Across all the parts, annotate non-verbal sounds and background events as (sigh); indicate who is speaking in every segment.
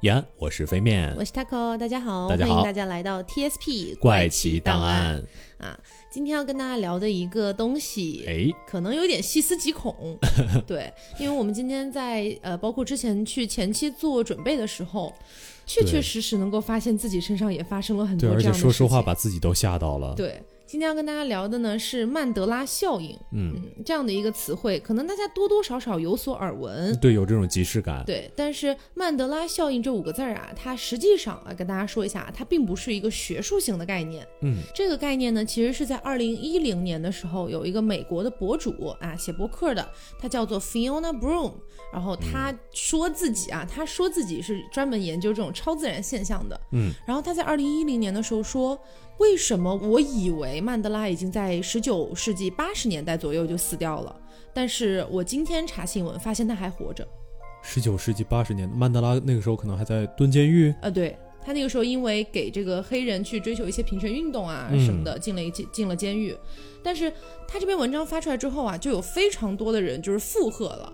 Speaker 1: 延安，我是飞面
Speaker 2: 我，是 Taco，大家好，
Speaker 1: 大家好
Speaker 2: 欢迎大家来到 TSP
Speaker 1: 怪
Speaker 2: 奇
Speaker 1: 奇档
Speaker 2: 案
Speaker 1: 案。
Speaker 2: 啊！今天要跟大家聊的一个东西，
Speaker 1: 哎，
Speaker 2: 可能有点细思
Speaker 1: (laughs)
Speaker 2: 极恐，对，因为我们今天在呃，包括之前去前期做准备的时候，确
Speaker 1: 对
Speaker 2: 确实实能够发现自己身上也发生了很
Speaker 1: 对，
Speaker 2: 多
Speaker 1: 而
Speaker 2: 这
Speaker 1: 且
Speaker 2: 样的
Speaker 1: 说实话，
Speaker 2: 吧，
Speaker 1: 把自己都吓到了。
Speaker 2: 对。今天要跟大家聊的呢是曼德拉效应，
Speaker 1: 嗯，
Speaker 2: 嗯，这样的一个词汇，可能大家多多少少有所耳闻，
Speaker 1: 对，有这种即视感。
Speaker 2: 嗯对，但是曼德拉效应这五个字儿啊，它实际上啊，跟大家说一下，它并不是一个学术性的概念。
Speaker 1: 嗯，
Speaker 2: 这个概念呢，其实是在二零一零年的时候，有一个美国的博主啊，写博客的，他叫做 Fiona Broom，
Speaker 1: 嗯
Speaker 2: 然后他说自己啊，他说自己是专门研究这种超自然现象的。
Speaker 1: 嗯，
Speaker 2: 然后他在二零一零年的时候说。为什么我以为曼德拉已经在十九世纪八十年代左右就死掉了，但是我今天查新闻发现他还活着。
Speaker 1: 十九世纪八十年，曼德拉那个时候可能还在蹲监狱。
Speaker 2: 呃，对他那个时候因为给这个黑人去追求一些平权运动啊
Speaker 1: 嗯
Speaker 2: 什么的，进了一进进了监狱。但是他这篇文章发出来之后啊，就有非常多的人就是附和了，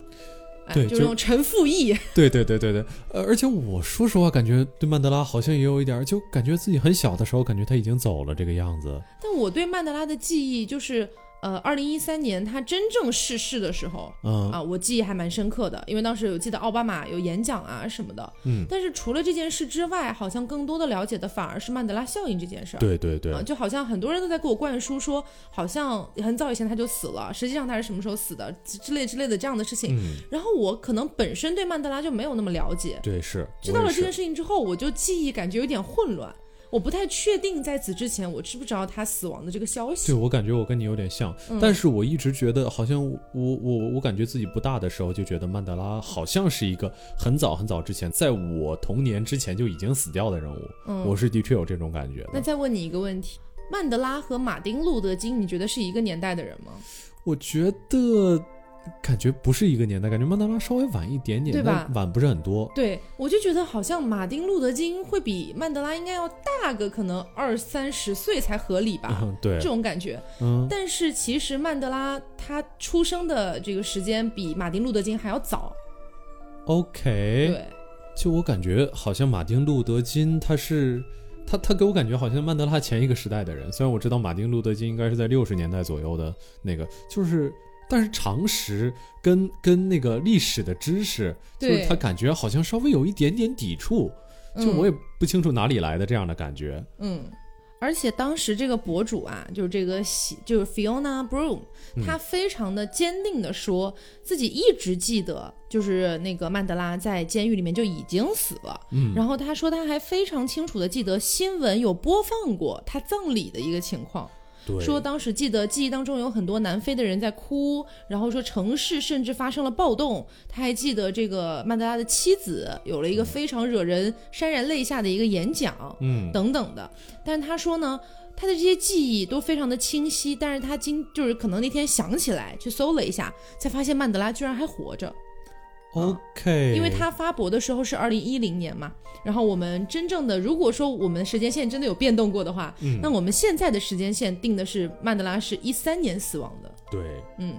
Speaker 2: 哎，
Speaker 1: 对
Speaker 2: 就是
Speaker 1: 就
Speaker 2: 用陈复义，
Speaker 1: 对对对对对，呃，而且我说实话，感觉对曼德拉好像也有一点儿，就感觉自己很小的时候，感觉他已经走了这个样子。
Speaker 2: (laughs) 但我对曼德拉的记忆就是，呃，二零一三年他真正逝世的时候。
Speaker 1: 嗯，
Speaker 2: 啊，我记忆还蛮深刻的，因为当时有记得奥巴马有演讲啊什么的。
Speaker 1: 嗯，
Speaker 2: 但是除了这件事之外，好像更多的了解的反而是曼德拉效应这件事儿。
Speaker 1: 对对对，
Speaker 2: 啊，就好像很多人都在给我灌输说，好像很早以前他就死了，实际上他是什么时候死的之之类之类的这样的事情。
Speaker 1: 嗯，
Speaker 2: 然后我可能本身对曼德拉就没有那么了解，
Speaker 1: 对是，
Speaker 2: 知道
Speaker 1: 我
Speaker 2: 了
Speaker 1: 也
Speaker 2: 这件
Speaker 1: 是
Speaker 2: 事情之后，我就记忆感觉有点混乱，我不太确定在此之前我知不知道他死亡的这个消
Speaker 1: 对
Speaker 2: 息。
Speaker 1: 我感觉我跟你有点像，
Speaker 2: 嗯
Speaker 1: 但是我一直觉得好像我我我感觉自己不大的时候就觉得曼德拉好像是一个很早很早之前，在我童年之前就已经死掉的人物，
Speaker 2: 嗯
Speaker 1: 我是的确有这种感觉
Speaker 2: 那
Speaker 1: 的。
Speaker 2: 再问你一个问题，曼德拉和马丁路德金，你觉得是一个年代的人吗？
Speaker 1: 我觉得感觉不是一个年代，感觉曼德拉稍微晚一点点，
Speaker 2: 对吧
Speaker 1: 但晚不是很多。
Speaker 2: 对，我就觉得好像马丁路德金会比曼德拉应该要大个可能二三十岁才合理吧，
Speaker 1: 嗯，对
Speaker 2: 这，种感觉。
Speaker 1: 嗯，
Speaker 2: 但是其实曼德拉他出生的这个时间比马丁路德金还要早，
Speaker 1: OK，
Speaker 2: 对，
Speaker 1: 就我感觉好像马丁·路德·金他是他他给我感觉好像曼德拉前一个时代的人，虽然我知道马丁·路德·金应该是在六十年代左右的那个，就是但是常识跟跟那个历史的知识，就
Speaker 2: 对嗯
Speaker 1: 是他感觉好像稍微有一点点抵触，就我
Speaker 2: 也
Speaker 1: 也不清楚哪里来的这样的感觉。
Speaker 2: 嗯。而且当时这个博主啊，就是这个喜就是 Fiona Broom，她
Speaker 1: 嗯
Speaker 2: 非常的坚定的说、自己一直记得，就是那个曼德拉在监狱里面就已经死了。
Speaker 1: 嗯，
Speaker 2: 然后她说她还非常清楚的记得新闻有播放过她葬礼的一个情况。
Speaker 1: 对
Speaker 2: 说当时记得记忆当中有很多南非的人在哭，然后说城市甚至发生了暴动。他还记得这个曼德拉的妻子有了一个非常惹人潸然泪下的一个演讲，
Speaker 1: 嗯，
Speaker 2: 等等的。但是他说呢，他的这些记忆都非常的清晰，但是他今就是可能那天想起来去搜了一下，才发现曼德拉居然还活着。
Speaker 1: OK，
Speaker 2: 因为他发博的时候是二零一零年嘛，然后我们真正的如果说我们时间线真的有变动过的话，
Speaker 1: 嗯
Speaker 2: 那我们现在的时间线定的是曼德拉是一三年死亡的，
Speaker 1: 对。
Speaker 2: 嗯，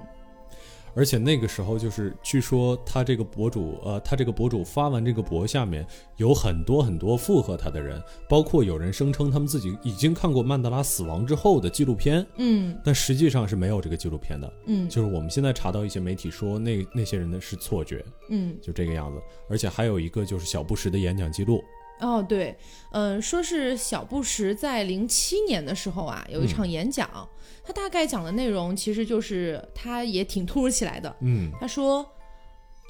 Speaker 1: 而且那个时候就是，据说他这个博主，呃，他这个博主发完这个博，下面有很多很多附和他的人，包括有人声称他们自己已经看过曼德拉死亡之后的纪录片，
Speaker 2: 嗯
Speaker 1: 但实际上是没有这个纪录片的。
Speaker 2: 嗯
Speaker 1: 就是我们现在查到一些媒体说那那些人的是错觉，
Speaker 2: 嗯，
Speaker 1: 就这个样子。而且还有一个就是小布什的演讲记录，
Speaker 2: 哦对，嗯、说是小布什在零七年的时候啊，有一场演讲，他大概讲的内容其实就是他也挺突如其来的，
Speaker 1: 嗯
Speaker 2: 他说，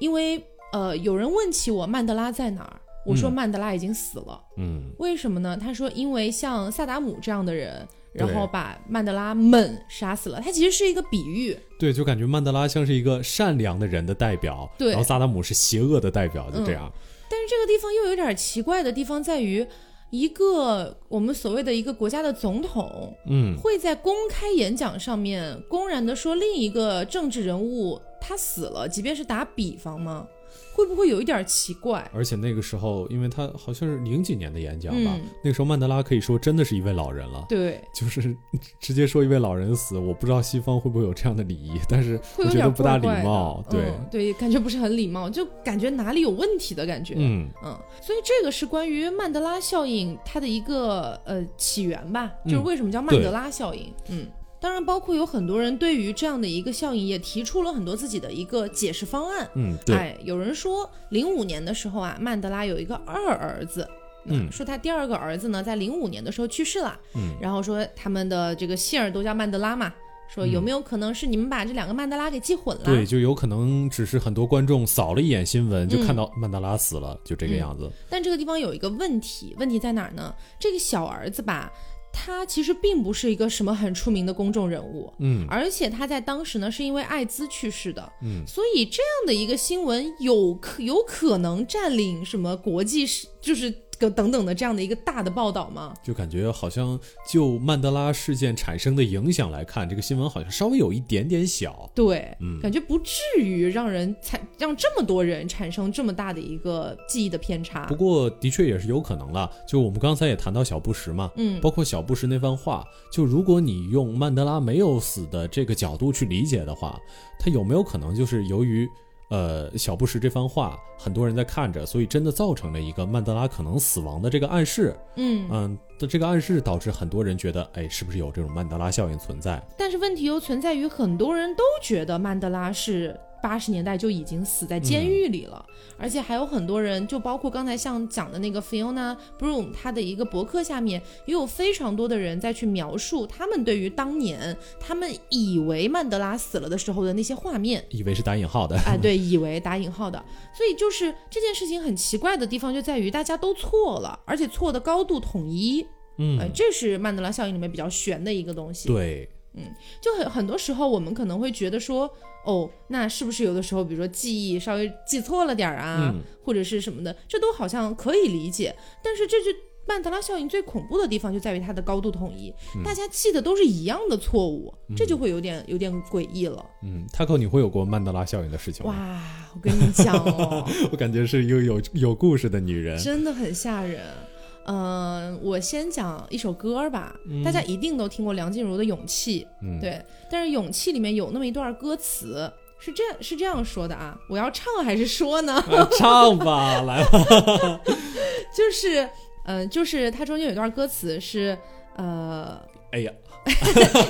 Speaker 2: 因为呃有人问起我曼德拉在哪儿，我说
Speaker 1: 嗯
Speaker 2: 曼德拉已经死了。
Speaker 1: 嗯，
Speaker 2: 为什么呢？他说，因为像萨达姆这样的人，
Speaker 1: 对
Speaker 2: 然后把曼德拉们杀死了，他其实是一个比喻。
Speaker 1: 对，就感觉曼德拉像是一个善良的人的代表，
Speaker 2: 对
Speaker 1: 然后萨达姆是邪恶的代表，就这样。
Speaker 2: 但是这个地方又有点奇怪的地方在于，一个我们所谓的一个国家的总统，
Speaker 1: 嗯
Speaker 2: 会在公开演讲上面公然的说另一个政治人物他死了，即便是打比方吗？会不会有一点奇怪？
Speaker 1: 而且那个时候，因为他好像是零几年的演讲吧，
Speaker 2: 嗯，
Speaker 1: 那个时候曼德拉可以说真的是一位老人了。
Speaker 2: 对，
Speaker 1: 就是 (laughs) 直接说一位老人死，我不知道西方会不会有这样的礼仪，但是我
Speaker 2: 会有
Speaker 1: 觉得
Speaker 2: 点
Speaker 1: 不大
Speaker 2: 怪
Speaker 1: 礼
Speaker 2: 怪的
Speaker 1: 貌。对，
Speaker 2: 嗯对，感觉不是很礼貌，就感觉哪里有问题的感觉。
Speaker 1: 嗯
Speaker 2: 嗯，所以这个是关于曼德拉效应它的一个呃起源吧，就是
Speaker 1: 嗯
Speaker 2: 为什么叫曼德拉效应。嗯，当然包括有很多人对于这样的一个效应也提出了很多自己的一个解释方案。
Speaker 1: 嗯，对，
Speaker 2: 哎，有人说零五年的时候啊，曼德拉有一个二儿子。
Speaker 1: 嗯
Speaker 2: 说他第二个儿子呢，在零五年的时候去世了，
Speaker 1: 嗯，
Speaker 2: 然后说他们的这个姓儿都叫曼德拉嘛，说有没有可能是你们把这两个曼德拉给记混了？
Speaker 1: 嗯对，就有可能只是很多观众扫了一眼新闻，就看
Speaker 2: 哎嗯
Speaker 1: 到曼德拉死了，就这个
Speaker 2: 嗯
Speaker 1: 样子。
Speaker 2: 但这个地方有一个问题，问题在哪儿呢？这个小儿子吧，他其实并不是一个什么很出名的公众人物，
Speaker 1: 嗯
Speaker 2: 而且他在当时呢是因为艾滋去世的，
Speaker 1: 嗯
Speaker 2: 所以这样的一个新闻有可有可能占领什么国际是就是个等等的这样的一个大的报道吗？
Speaker 1: 就感觉好像就曼德拉事件产生的影响来看，这个新闻好像稍微有一点点小。
Speaker 2: 对，
Speaker 1: 嗯
Speaker 2: 感觉不至于让人产让这么多人产生这么大的一个记忆的偏差
Speaker 1: 不。过的确也是有可能了，就我们刚才也谈到小布什嘛，
Speaker 2: 嗯，
Speaker 1: 包括小布什那番话，就如果你用曼德拉没有死的这个角度去理解的话，他有没有可能就是由于呃小布什这番话，很多人在看着，所以真的造成了一个曼德拉可能死亡的这个暗示，
Speaker 2: 嗯，
Speaker 1: 嗯，的这个暗示导致很多人觉得，哎，是不是有这种曼德拉效应存在？
Speaker 2: 但是问题又存在于很多人都觉得曼德拉是八十年代就已经死在监狱里了，而且还有很多人，就包括刚才像讲的那个 Fiona Broom，她的一个博客下面也有非常多的人在去描述他们对于当年他们以为曼德拉死了的时候的那些画面。
Speaker 1: 以为是打引号
Speaker 2: (laughs)
Speaker 1: 的，
Speaker 2: 哎，对，以为打引号的，所以就是这件事情很奇怪的地方就在于大家都错了，而且错的高度统一，
Speaker 1: 嗯
Speaker 2: 呃，，这是曼德拉效应里面比较悬的一个东西。
Speaker 1: 对，
Speaker 2: 就很很多时候，我们可能会觉得说，哦，那是不是有的时候，比如说记忆稍微记错了点儿啊，
Speaker 1: 嗯
Speaker 2: 或者是什么的，这都好像可以理解。但是这就曼德拉效应最恐怖的地方就在于它的高度统一，大家记的都是一样的错误，这就会有点有点诡异了。
Speaker 1: 嗯，Taco，你会有过曼德拉效应的事情吗？
Speaker 2: 哇，我跟你讲哦，
Speaker 1: 我感觉是一个有有故事的女人，
Speaker 2: 真的很吓人。嗯、我先讲一首歌吧，大家一定都听过梁静茹的《勇气》。
Speaker 1: 嗯，，
Speaker 2: 对，但是《勇气》里面有那么一段歌词是这样是这样说的啊，我要唱还是说呢？ (laughs)
Speaker 1: 啊唱吧，来吧，
Speaker 2: 就是，嗯、就是它中间有一段歌词是，呃，
Speaker 1: 哎呀，
Speaker 2: (laughs)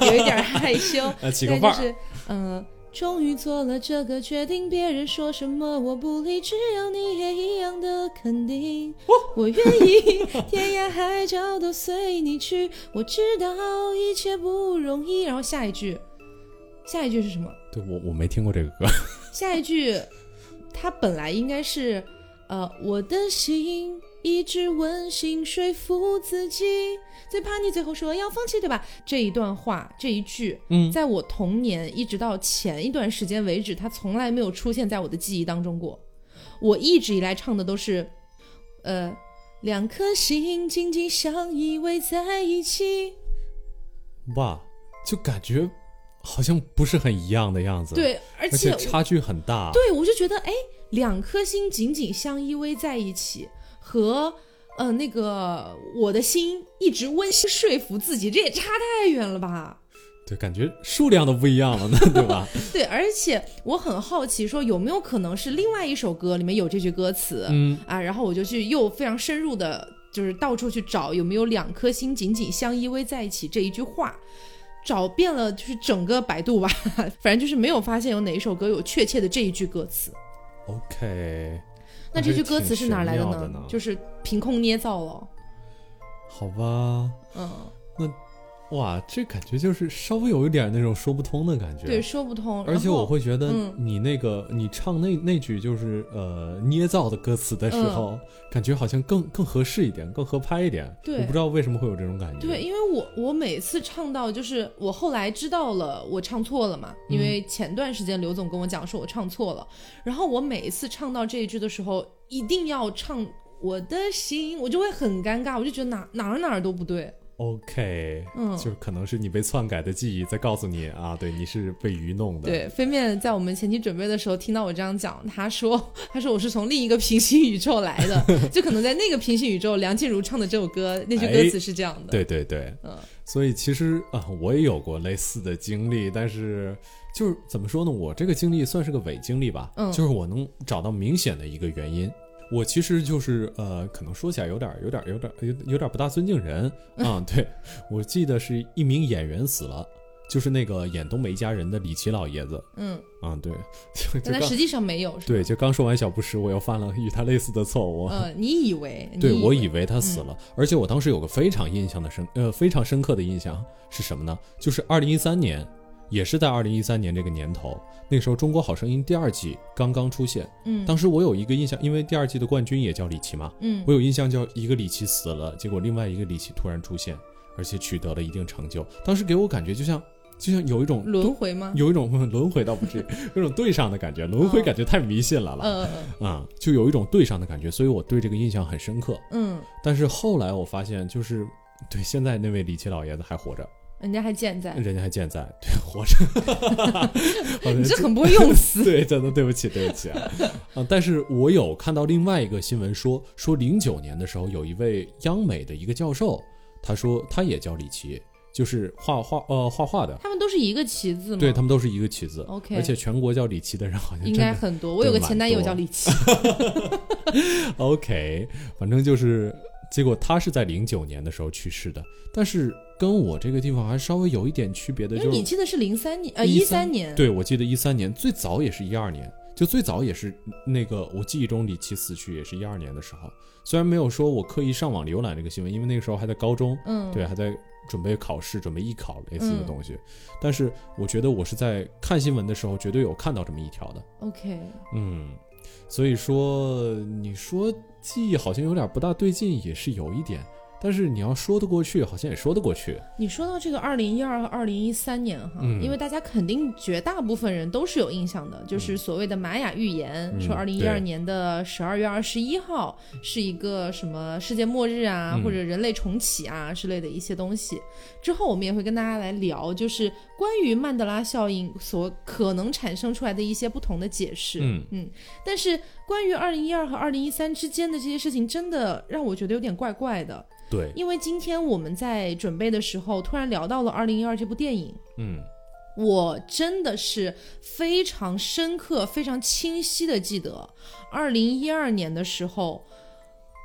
Speaker 2: 有一点儿害羞，
Speaker 1: 呃，起个
Speaker 2: 对，
Speaker 1: 范儿，
Speaker 2: 就是，嗯、终于做了这个决定，别人说什么我不理，只要你也一样的肯定，我愿意天涯海角都随你去，我知道一切不容易。然后下一句，下一句是什么？
Speaker 1: 对我我没听过这个歌，
Speaker 2: 下一句，它本来应该是，呃，我的心一直温馨说服自己，最怕你最后说要放弃，对吧？这一段话，这一句，
Speaker 1: 嗯，
Speaker 2: 在我童年一直到前一段时间为止，它从来没有出现在我的记忆当中过。我一直以来唱的都是，呃，两颗心紧紧相依偎在一起。
Speaker 1: 哇，就感觉好像不是很一样的样子，，
Speaker 2: 对，而
Speaker 1: 而且
Speaker 2: 且
Speaker 1: 差距很大，
Speaker 2: 对，我就觉得，哎，两颗心紧紧相依偎在一起，和呃那个我的心一直温馨说服自己，这也差太远了吧？
Speaker 1: 对，感觉数量都不一样了
Speaker 2: (laughs)
Speaker 1: 呢，对吧？
Speaker 2: 对，而且我很好奇，说有没有可能是另外一首歌里面有这句歌词、
Speaker 1: 嗯，
Speaker 2: 啊？然后我就去又非常深入的，就是到处去找有没有“两颗心紧紧相依偎在一起”这一句话。找遍了，就是整个百度吧， (laughs) 反正就是没有发现有哪一首歌有确切的这一句歌词。
Speaker 1: OK，
Speaker 2: 那这句歌词是哪儿来的
Speaker 1: 还是挺
Speaker 2: 呢？
Speaker 1: 玄妙的呢
Speaker 2: 就是凭空捏造了。
Speaker 1: 好吧，
Speaker 2: 嗯，
Speaker 1: 哇，这感觉就是稍微有一点那种说不通的感觉。
Speaker 2: 对，，说不通。
Speaker 1: 而且
Speaker 2: 然后
Speaker 1: 我会觉得
Speaker 2: 嗯
Speaker 1: 你那个、你唱那那句就是呃捏造的歌词的时
Speaker 2: 嗯
Speaker 1: 候，感觉好像更更合适一点，更合拍一点。
Speaker 2: 对
Speaker 1: 我不知道为什么会有这种感觉。
Speaker 2: 对，，因为我我每次唱到，就是我后来知道了我唱错了嘛，因
Speaker 1: 嗯
Speaker 2: 为前段时间刘总跟我讲说我唱错了，然后我每一次唱到这一句的时候，一定要唱我的心，我就会很尴尬，我就觉得哪哪儿哪儿都不对。
Speaker 1: OK，
Speaker 2: 嗯，
Speaker 1: 就是可能是你被篡改的记忆在告诉你啊，对，你是被愚弄的。
Speaker 2: 对，飞面在我们前期准备的时候听到我这样讲，他说：“ (laughs) 他说我是从另一个平行宇宙来
Speaker 1: (laughs)
Speaker 2: 的，就可能在那个平行宇宙，梁静茹唱的这首歌那句歌词是这样
Speaker 1: 哎
Speaker 2: 的。
Speaker 1: 对对对，
Speaker 2: 嗯，
Speaker 1: 所以其实啊、我也有过类似的经历，但是就是怎么说呢，我这个经历算是个伪经历吧，
Speaker 2: 嗯
Speaker 1: 就是我能找到明显的一个原因。我其实就是呃，可能说起来有点儿有点儿有点儿有有点儿不大尊敬人
Speaker 2: 嗯
Speaker 1: 啊、对，我记得是一名演员死了，就是那个演《东北一家人》的李琦老爷子
Speaker 2: 嗯，
Speaker 1: 啊、对， (laughs) 就就
Speaker 2: 但他
Speaker 1: 刚
Speaker 2: 实际上没有，是吧？
Speaker 1: 对就刚说完小布什，我又犯了与他类似的错误。
Speaker 2: 嗯，你以为？嗯你
Speaker 1: 对，我
Speaker 2: 以
Speaker 1: 以为他死了，而且我当时有个非常印象的深，呃，非常深刻的印象是什么呢？就是二零一三年，也是在二零一三年这个年头，那时候《中国好声音》第二季刚刚出现，
Speaker 2: 嗯
Speaker 1: 当时我有一个印象，因为第二季的冠军也叫李琦嘛，
Speaker 2: 嗯
Speaker 1: 我有印象叫一个李琦死了，结果另外一个李琦突然出现，而且取得了一定成就，当时给我感觉就像就像有一种
Speaker 2: 轮回嗯吗？
Speaker 1: 有一种 (laughs) 轮回倒不至于，有一种对上的感觉，轮回感觉太迷信了了，啊、
Speaker 2: 呃
Speaker 1: 就有一种对上的感觉，所以我对这个印象很深刻。
Speaker 2: 嗯，
Speaker 1: 但是后来我发现，就是对现在那位李琦老爷子还活着，
Speaker 2: 人家还健在，
Speaker 1: 人家还健在，对，活
Speaker 2: (laughs)
Speaker 1: 着。好
Speaker 2: 你
Speaker 1: 的
Speaker 2: 这很不会用词。 (laughs)
Speaker 1: 对，真的对不起，对不起啊！啊，但是我有看到另外一个新闻说，说零九年的时候，有一位央美的一个教授，他说他也叫李琦，就是画画呃画画的，
Speaker 2: 他们都是一个“旗”字吗？
Speaker 1: 对他们都是一个旗子。
Speaker 2: 嗯哦 OK
Speaker 1: 而且全国叫李琦的人好像
Speaker 2: 应
Speaker 1: 真
Speaker 2: 该
Speaker 1: 的
Speaker 2: 很多。我有个前男友
Speaker 1: 真
Speaker 2: 叫
Speaker 1: 蛮 (laughs)
Speaker 2: 李琦，
Speaker 1: OK，反正就是，结果他是在零九年的时候去世的，但是跟我这个地方还稍微有一点区别的，
Speaker 2: 因为
Speaker 1: 就
Speaker 2: 你
Speaker 1: 是
Speaker 2: 记得是零三年，呃，
Speaker 1: 13
Speaker 2: 三年，
Speaker 1: 对我记得一三年最早也是一二年，就最早也是那个我记忆中李琦死去也是一二年的时候，虽然没有说我刻意上网浏览这个新闻，因为那个时候还在高中，
Speaker 2: 嗯，
Speaker 1: 对，还啊在准备考试、准备艺考类似的
Speaker 2: 嗯
Speaker 1: 东西，但是我觉得我是在看新闻的时候绝对有看到这么一条的。
Speaker 2: ，OK，
Speaker 1: 嗯，所以说你说记忆好像有点不大对劲，也是有一点，但是你要说得过去，好像也说得过去。
Speaker 2: 你说到这个二零一二和二零一三年哈，
Speaker 1: 嗯
Speaker 2: 因为大家肯定绝大部分人都是有印象的，就是所谓的玛雅预言，
Speaker 1: 嗯
Speaker 2: 说二零一二
Speaker 1: 对
Speaker 2: 年的十二月二十一号是一个什么世界末日啊，
Speaker 1: 嗯
Speaker 2: 或者人类重启啊之类的一些东西。之后我们也会跟大家来聊，就是关于曼德拉效应所可能产生出来的一些不同的解释。
Speaker 1: 嗯
Speaker 2: 但是关于二零一二和二零一三之间的这些事情，真的让我觉得有点怪怪的。
Speaker 1: 对，
Speaker 2: 因为今天我们在准备的时候，突然聊到了《二零一二》这部电影，
Speaker 1: 嗯
Speaker 2: 我真的是非常深刻、非常清晰的记得，二零一二年的时候。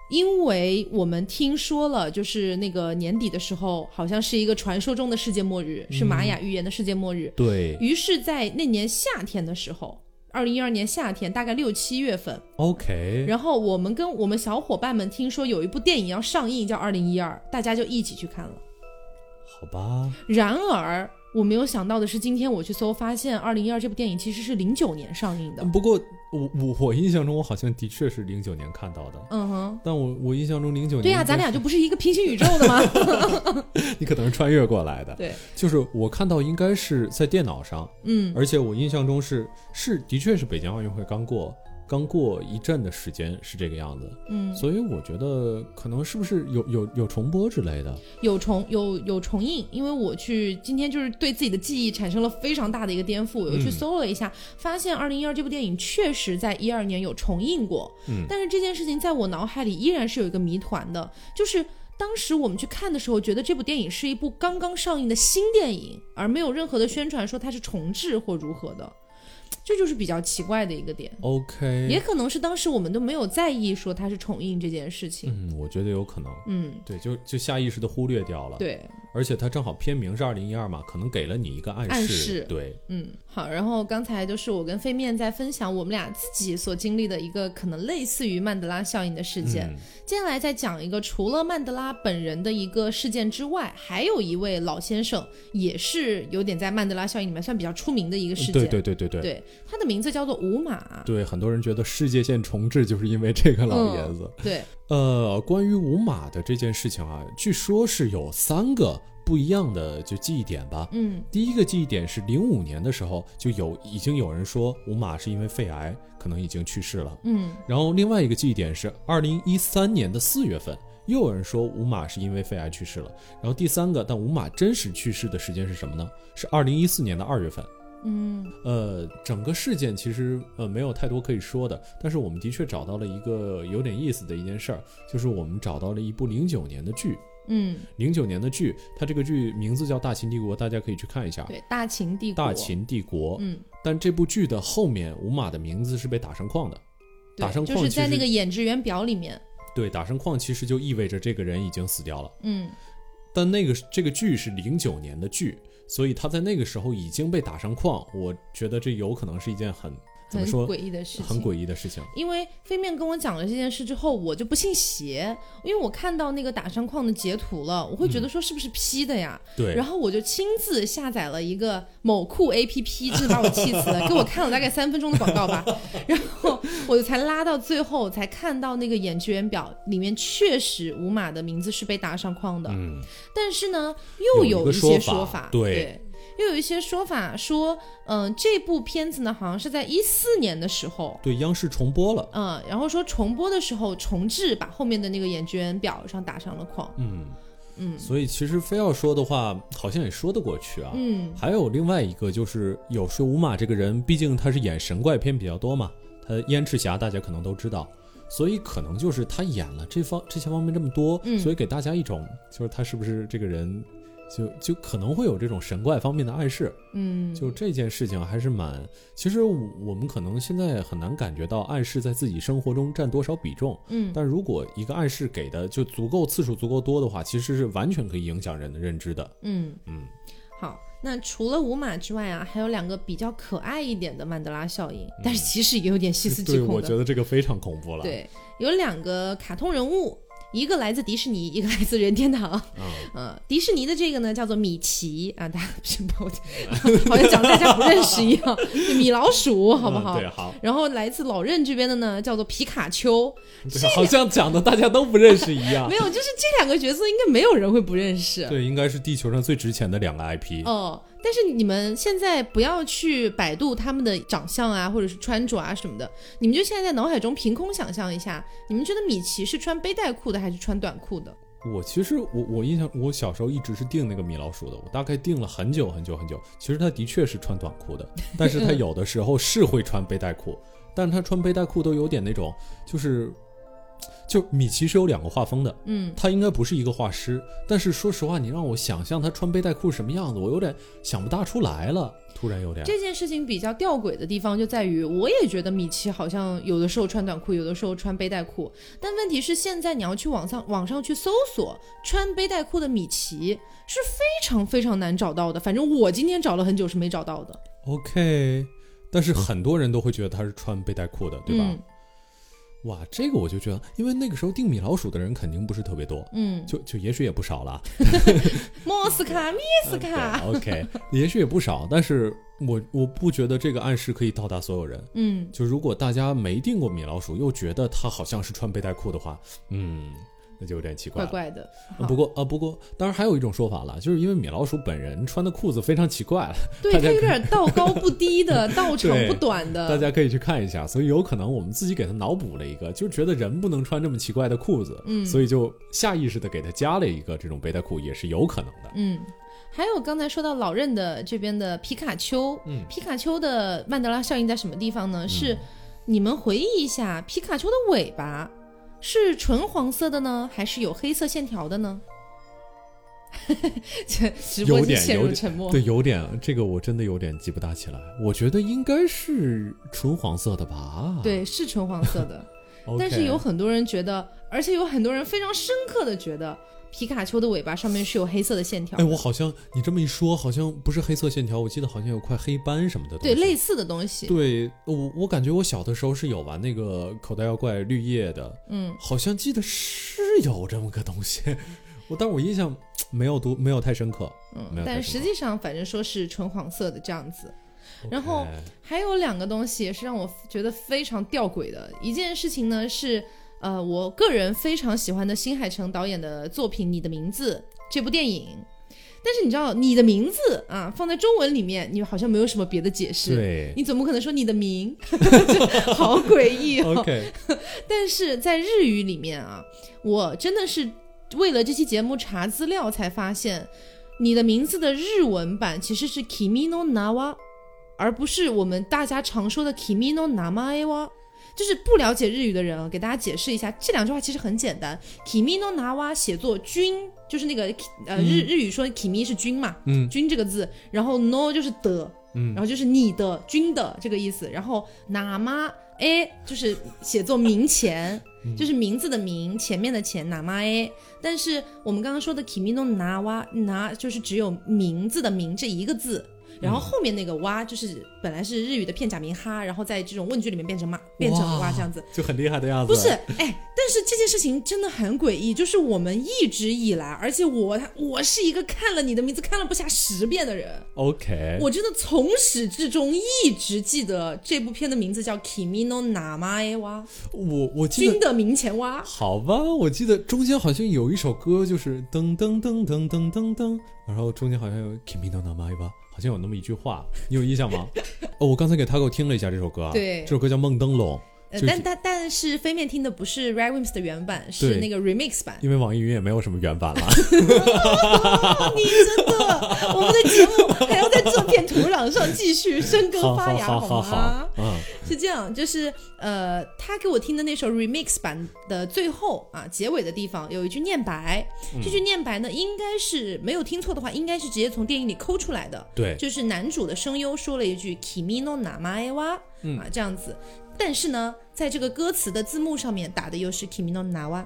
Speaker 2: 因为我们听说了，就是那个年底的时候，好像是一个传说中的世界末日，是玛雅预言的世界末日。
Speaker 1: 对
Speaker 2: 于是，在那年夏天的时候，二零一二年夏天，大概六七月份，
Speaker 1: ，OK，
Speaker 2: 然后我们跟我们小伙伴们听说有一部电影要上映，叫《二零一二》，大家就一起去看了。
Speaker 1: 好吧，
Speaker 2: 然而，我没有想到的是，今天我去搜发现，《二零一二》这部电影其实是零九年上映的。
Speaker 1: 不过我我我印象中我好像的确是零九年看到的。
Speaker 2: 嗯哼，
Speaker 1: 但我我印象中零九年，
Speaker 2: 对呀、咱俩就不是一个平行宇宙的吗？
Speaker 1: 你可能是穿越过来的，
Speaker 2: 对，
Speaker 1: 就是我看到应该是在电脑上，
Speaker 2: 嗯，
Speaker 1: 而且我印象中是是的确是北京奥运会刚过刚过一阵的时间是这个样子，
Speaker 2: 嗯
Speaker 1: 所以我觉得可能是不是有有有重播之类的？
Speaker 2: 有重有有重映，因为我去今天就是对自己的记忆产生了非常大的一个颠覆，我又去
Speaker 1: 嗯
Speaker 2: 搜了一下，发现《二零一二》这部电影确实在一二年有重映过，
Speaker 1: 嗯
Speaker 2: 但是这件事情在我脑海里依然是有一个谜团的，就是。当时我们去看的时候，觉得这部电影是一部刚刚上映的新电影，而没有任何的宣传说它是重制或如何的，这就是比较奇怪的一个点。也
Speaker 1: OK，
Speaker 2: 可能是当时我们都没有在意说它是重映这件事情。
Speaker 1: 嗯，我觉得有可能，
Speaker 2: 嗯，
Speaker 1: 对，就就下意识的忽略掉了。，
Speaker 2: 对。
Speaker 1: 而且它正好片名是二零一二嘛，可能给了你一个暗示。
Speaker 2: 暗示
Speaker 1: 对，
Speaker 2: 嗯，好。然后刚才就是我跟飞面在分享我们俩自己所经历的一个可能类似于曼德拉效应的事件。
Speaker 1: 嗯
Speaker 2: 接下来再讲一个除了曼德拉本人的一个事件之外，还有一位老先生也是有点在曼德拉效应里面算比较出名的一个事
Speaker 1: 嗯
Speaker 2: 件。
Speaker 1: 对对对对对
Speaker 2: 对他的名字叫做五马。
Speaker 1: 对很多人觉得世界线重置就是因为这个老爷子。
Speaker 2: 对嗯
Speaker 1: 呃，关于五马的这件事情啊，据说是有三个不一样的就记忆点吧。
Speaker 2: 嗯
Speaker 1: 第一个记忆点是零五年的时候，就有已经有人说五马是因为肺癌可能已经去世了。
Speaker 2: 嗯
Speaker 1: 然后另外一个记忆点是二零一三年的四月份，又有人说五马是因为肺癌去世了。然后第三个，但五马真实去世的时间是什么呢？是二零一四年的二月份。
Speaker 2: 嗯
Speaker 1: 呃，整个事件其实呃没有太多可以说的，但是我们的确找到了一个有点意思的一件事儿，就是我们找到了一部零九年的剧，
Speaker 2: 嗯，
Speaker 1: 零九年的剧，它这个剧名字叫《大秦帝国》，大家可以去看一下。
Speaker 2: 对，大秦帝国，
Speaker 1: 大，秦帝国，
Speaker 2: 嗯，
Speaker 1: 但这部剧的后面，五马的名字是被打上框的。
Speaker 2: 对
Speaker 1: 打上框
Speaker 2: 就是
Speaker 1: 其
Speaker 2: 在
Speaker 1: 实
Speaker 2: 那个演职员表里面，
Speaker 1: 对，打上框其实就意味着这个人已经死掉了。
Speaker 2: 嗯
Speaker 1: 但那个这个剧是零九年的剧，所以他在那个时候已经被打上框。我觉得这有可能是一件很怎么
Speaker 2: 很
Speaker 1: 说
Speaker 2: 诡异的事情，
Speaker 1: 很诡异的事情。
Speaker 2: 因为飞面跟我讲了这件事之后，我就不信邪，因为我看到那个打上框的截图了，我会觉得说是不是 P 的呀？
Speaker 1: 嗯对，
Speaker 2: 然后我就亲自下载了一个某酷 APP，真的把我气死了，给我看了大概三分钟的广
Speaker 1: (laughs)
Speaker 2: 告吧，然后我才拉到最后，才看到那个演职员表里面确实五马的名字是被打上框的，
Speaker 1: 嗯，
Speaker 2: 但是呢，又
Speaker 1: 有一
Speaker 2: 有
Speaker 1: 个
Speaker 2: 一
Speaker 1: 说
Speaker 2: 些说
Speaker 1: 法
Speaker 2: 法，
Speaker 1: 对
Speaker 2: 又有一些说法说，嗯、这部片子呢，好像是在一四年的时候，
Speaker 1: 对，央视重播了。
Speaker 2: 嗯，然后说重播的时候重置，把后面的那个演职员表上打上了框。
Speaker 1: 嗯，
Speaker 2: 嗯
Speaker 1: 所以其实非要说的话，好像也说得过去啊。
Speaker 2: 嗯
Speaker 1: 还有另外一个就是，有说五马这个人，毕竟他是演神怪片比较多嘛，他燕赤霞大家可能都知道，所以可能就是他演了这方这些方面这么多，
Speaker 2: 嗯
Speaker 1: 所以给大家一种就是他是不是这个人就就可能会有这种神怪方面的暗示。
Speaker 2: 嗯，
Speaker 1: 就这件事情还是蛮，其实我我们可能现在很难感觉到暗示在自己生活中占多少比重，
Speaker 2: 嗯
Speaker 1: 但如果一个暗示给的就足够次数足够多的话，其实是完全可以影响人的认知的。
Speaker 2: 嗯
Speaker 1: 嗯，
Speaker 2: 好。那除了五马之外啊，还有两个比较可爱一点的曼德拉效应，但是其实也有点细思极
Speaker 1: 对，我
Speaker 2: 恐
Speaker 1: 觉
Speaker 2: 的。
Speaker 1: 得这个非常恐怖了。，
Speaker 2: 对，有两个卡通人物，一个来自迪士尼，一个来自任天堂。
Speaker 1: 嗯，
Speaker 2: 呃，迪士尼的这个呢叫做米奇啊，大家不是不，好像讲大家不认识一样，就米老鼠， (laughs) 好不
Speaker 1: 嗯
Speaker 2: 好？
Speaker 1: 对，好，
Speaker 2: 然后来自老任这边的呢叫做皮卡丘，
Speaker 1: 对，好像讲的大家都不认识一样
Speaker 2: 没。有，就是这两个角色应该没有人会不认识。
Speaker 1: 对，应该是地球上最值钱的两个 IP。
Speaker 2: 哦，但是你们现在不要去百度他们的长相啊，或者是穿着啊什么的，你们就现在在脑海中凭空想象一下，你们觉得米奇是穿背带裤的还是穿短裤的？
Speaker 1: 我其实我我印象，我小时候一直是定那个米老鼠的，我大概定了很久很久很久。其实他的确是穿短裤
Speaker 2: (laughs)
Speaker 1: 的，但是他有的时候是会穿背带裤，但是他穿背带裤都有点那种，就是，就米奇是有两个画风的，
Speaker 2: 嗯，
Speaker 1: 他应该不是一个画师，但是说实话，你让我想象他穿背带裤什么样子，我有点想不大出来了，突然有点。
Speaker 2: 这件事情比较吊诡的地方就在于，我也觉得米奇好像有的时候穿短裤，有的时候穿背带裤。但问题是，现在你要去网上网上去搜索穿背带裤的米奇，是非常非常难找到的。反正我今天找了很久是没找到的，
Speaker 1: OK，但是很多人都会觉得他是穿背带裤的，对吧？
Speaker 2: 嗯
Speaker 1: 哇，这个我就觉得，因为那个时候定米老鼠的人肯定不是特别多，
Speaker 2: 嗯，
Speaker 1: 就就也许也不少
Speaker 2: (laughs)
Speaker 1: 了，
Speaker 2: 莫斯卡，密斯卡，
Speaker 1: 对 OK，也许也不少，但是我我不觉得这个暗示可以到达所有人。
Speaker 2: 嗯，
Speaker 1: 就如果大家没定过米老鼠，又觉得他好像是穿背带裤的话，嗯，那就有点奇怪
Speaker 2: 怪
Speaker 1: 了。
Speaker 2: 怪的。
Speaker 1: 呃不过啊、呃不过当然还有一种说法了，就是因为米老鼠本人穿的裤子非常奇怪，
Speaker 2: 对
Speaker 1: 大家
Speaker 2: 他有
Speaker 1: 可
Speaker 2: 点道高不低的，道长
Speaker 1: (laughs) 对
Speaker 2: 不短的。
Speaker 1: 大家可以去看一下，所以有可能我们自己给他脑补了一个，就觉得人不能穿这么奇怪的裤子，
Speaker 2: 嗯
Speaker 1: 所以就下意识的给他加了一个这种背带裤，也是有可能的。
Speaker 2: 嗯，还有刚才说到老任的这边的皮卡丘，
Speaker 1: 嗯
Speaker 2: 皮卡丘的曼德拉效应在什么地方呢？是你们回忆一下，皮卡丘的尾巴是纯黄色的呢，还是有黑色线条的呢？ (laughs) 这直播
Speaker 1: 有
Speaker 2: 间
Speaker 1: 点
Speaker 2: 陷
Speaker 1: 有
Speaker 2: 入
Speaker 1: 点
Speaker 2: 沉默。
Speaker 1: 对，有点这个我真的有点记不大起来，我觉得应该是纯黄色的吧。
Speaker 2: 对，是纯黄色的。
Speaker 1: OK，
Speaker 2: 但是有很多人觉得，而且有很多人非常深刻的觉得，皮卡丘的尾巴上面是有黑色的线条
Speaker 1: 哎，
Speaker 2: 的，
Speaker 1: 我好像你这么一说，好像不是黑色线条，我记得好像有块黑斑什么的东
Speaker 2: 对
Speaker 1: 西。
Speaker 2: 类似的东西。
Speaker 1: 对我我感觉我小的时候是有玩那个口袋妖怪绿叶的，
Speaker 2: 嗯，
Speaker 1: 好像记得是有这么个东西，我但我印象没有多没有太深刻。没
Speaker 2: 嗯
Speaker 1: 有，太
Speaker 2: 但
Speaker 1: 什
Speaker 2: 实
Speaker 1: 么
Speaker 2: 际上反正说是纯黄色的这样子。然后
Speaker 1: OK
Speaker 2: 还有两个东西也是让我觉得非常吊诡的一件事情呢，是呃我个人非常喜欢的新海诚导演的作品《你的名字》这部电影。但是你知道，你的名字啊，放在中文里面，你好像没有什么别的解释。 (laughs)
Speaker 1: 对
Speaker 2: 你总不可能说你的名， (laughs) 就好诡异哦。
Speaker 1: (laughs) ，OK，
Speaker 2: 但是在日语里面啊，我真的是为了这期节目查资料才发现，你的名字的日文版其实是 kimi no nawa，而不是我们大家常说的 kimi no namae wa。就是不了解日语的人啊，给大家解释一下，这两句话其实很简单。kimi no nawa 写作君，就是那个呃日、日语说 kimi 是君嘛，
Speaker 1: 嗯
Speaker 2: 君这个字，然后 no 就是的，
Speaker 1: 嗯
Speaker 2: 然后就是你的君的这个意思，然后哪妈哎就是写作名前，
Speaker 1: 嗯
Speaker 2: 就是名字的名前面的前哪妈哎，但是我们刚刚说的 kimi no na wa na 就是只有名字的名这一个字。
Speaker 1: 嗯
Speaker 2: 然后后面那个哇，就是本来是日语的片假名哈，然后在这种问句里面变成嘛，变成
Speaker 1: 哇
Speaker 2: 哇这样子，
Speaker 1: 就很厉害的样子。
Speaker 2: 不是，哎，但是这件事情真的很诡异，就是我们一直以来，而且我我是一个看了你的名字看了不下十遍的人，
Speaker 1: OK，
Speaker 2: 我真的从始至终一直记得这部片的名字叫《Kimi no Namae wa》，
Speaker 1: 我我记
Speaker 2: 君
Speaker 1: 得。
Speaker 2: 的名前哇。
Speaker 1: 好吧，我记得中间好像有一首歌，就是噔噔噔噔噔噔噔，然后中间好像有 Kimi no namai wa，好像有那么一句话，你有印象
Speaker 2: (laughs)
Speaker 1: 吗？哦，我刚才给 Taco 听了一下这首歌啊，
Speaker 2: 对
Speaker 1: 这首歌叫《梦灯笼》，就，
Speaker 2: 呃
Speaker 1: 是
Speaker 2: 但但但是飞面听的不是 Red Wimps 的原版，是
Speaker 1: 对
Speaker 2: 那个 remix
Speaker 1: (laughs)
Speaker 2: 版。
Speaker 1: 因为网易云也没有什么原版
Speaker 2: (laughs)
Speaker 1: 了。
Speaker 2: 哦你真的，我们的节目还要在这片土壤上继续生根
Speaker 1: 好
Speaker 2: 发
Speaker 1: 好
Speaker 2: 芽，
Speaker 1: 好好
Speaker 2: 吗
Speaker 1: 好？，嗯，
Speaker 2: 是这样，就是呃，他给我听的那首 remix 版的最后啊，结尾的地方有一句念白，
Speaker 1: 嗯
Speaker 2: 这句念白呢，应该是没有听错的话，应该是直接从电影里抠出来的。
Speaker 1: 对，
Speaker 2: 就是男主的声优说了一句 “kimi no namae wa”，、
Speaker 1: 嗯
Speaker 2: 啊这样子，但是呢，在这个歌词的字幕上面打的又是 “kimi no nawa”，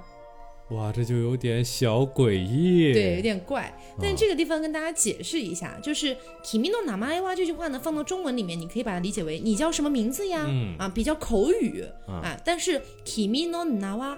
Speaker 1: 哇，这就有点小诡异。
Speaker 2: 对，有点怪。但
Speaker 1: 啊
Speaker 2: 这个地方跟大家解释一下，就是 “kimi no namae wa” 这句话呢，放到中文里面，你可以把它理解为“你叫什么名字呀”，
Speaker 1: 嗯
Speaker 2: 啊，比较口语
Speaker 1: 啊
Speaker 2: 啊。但是 “kimi no nawa”。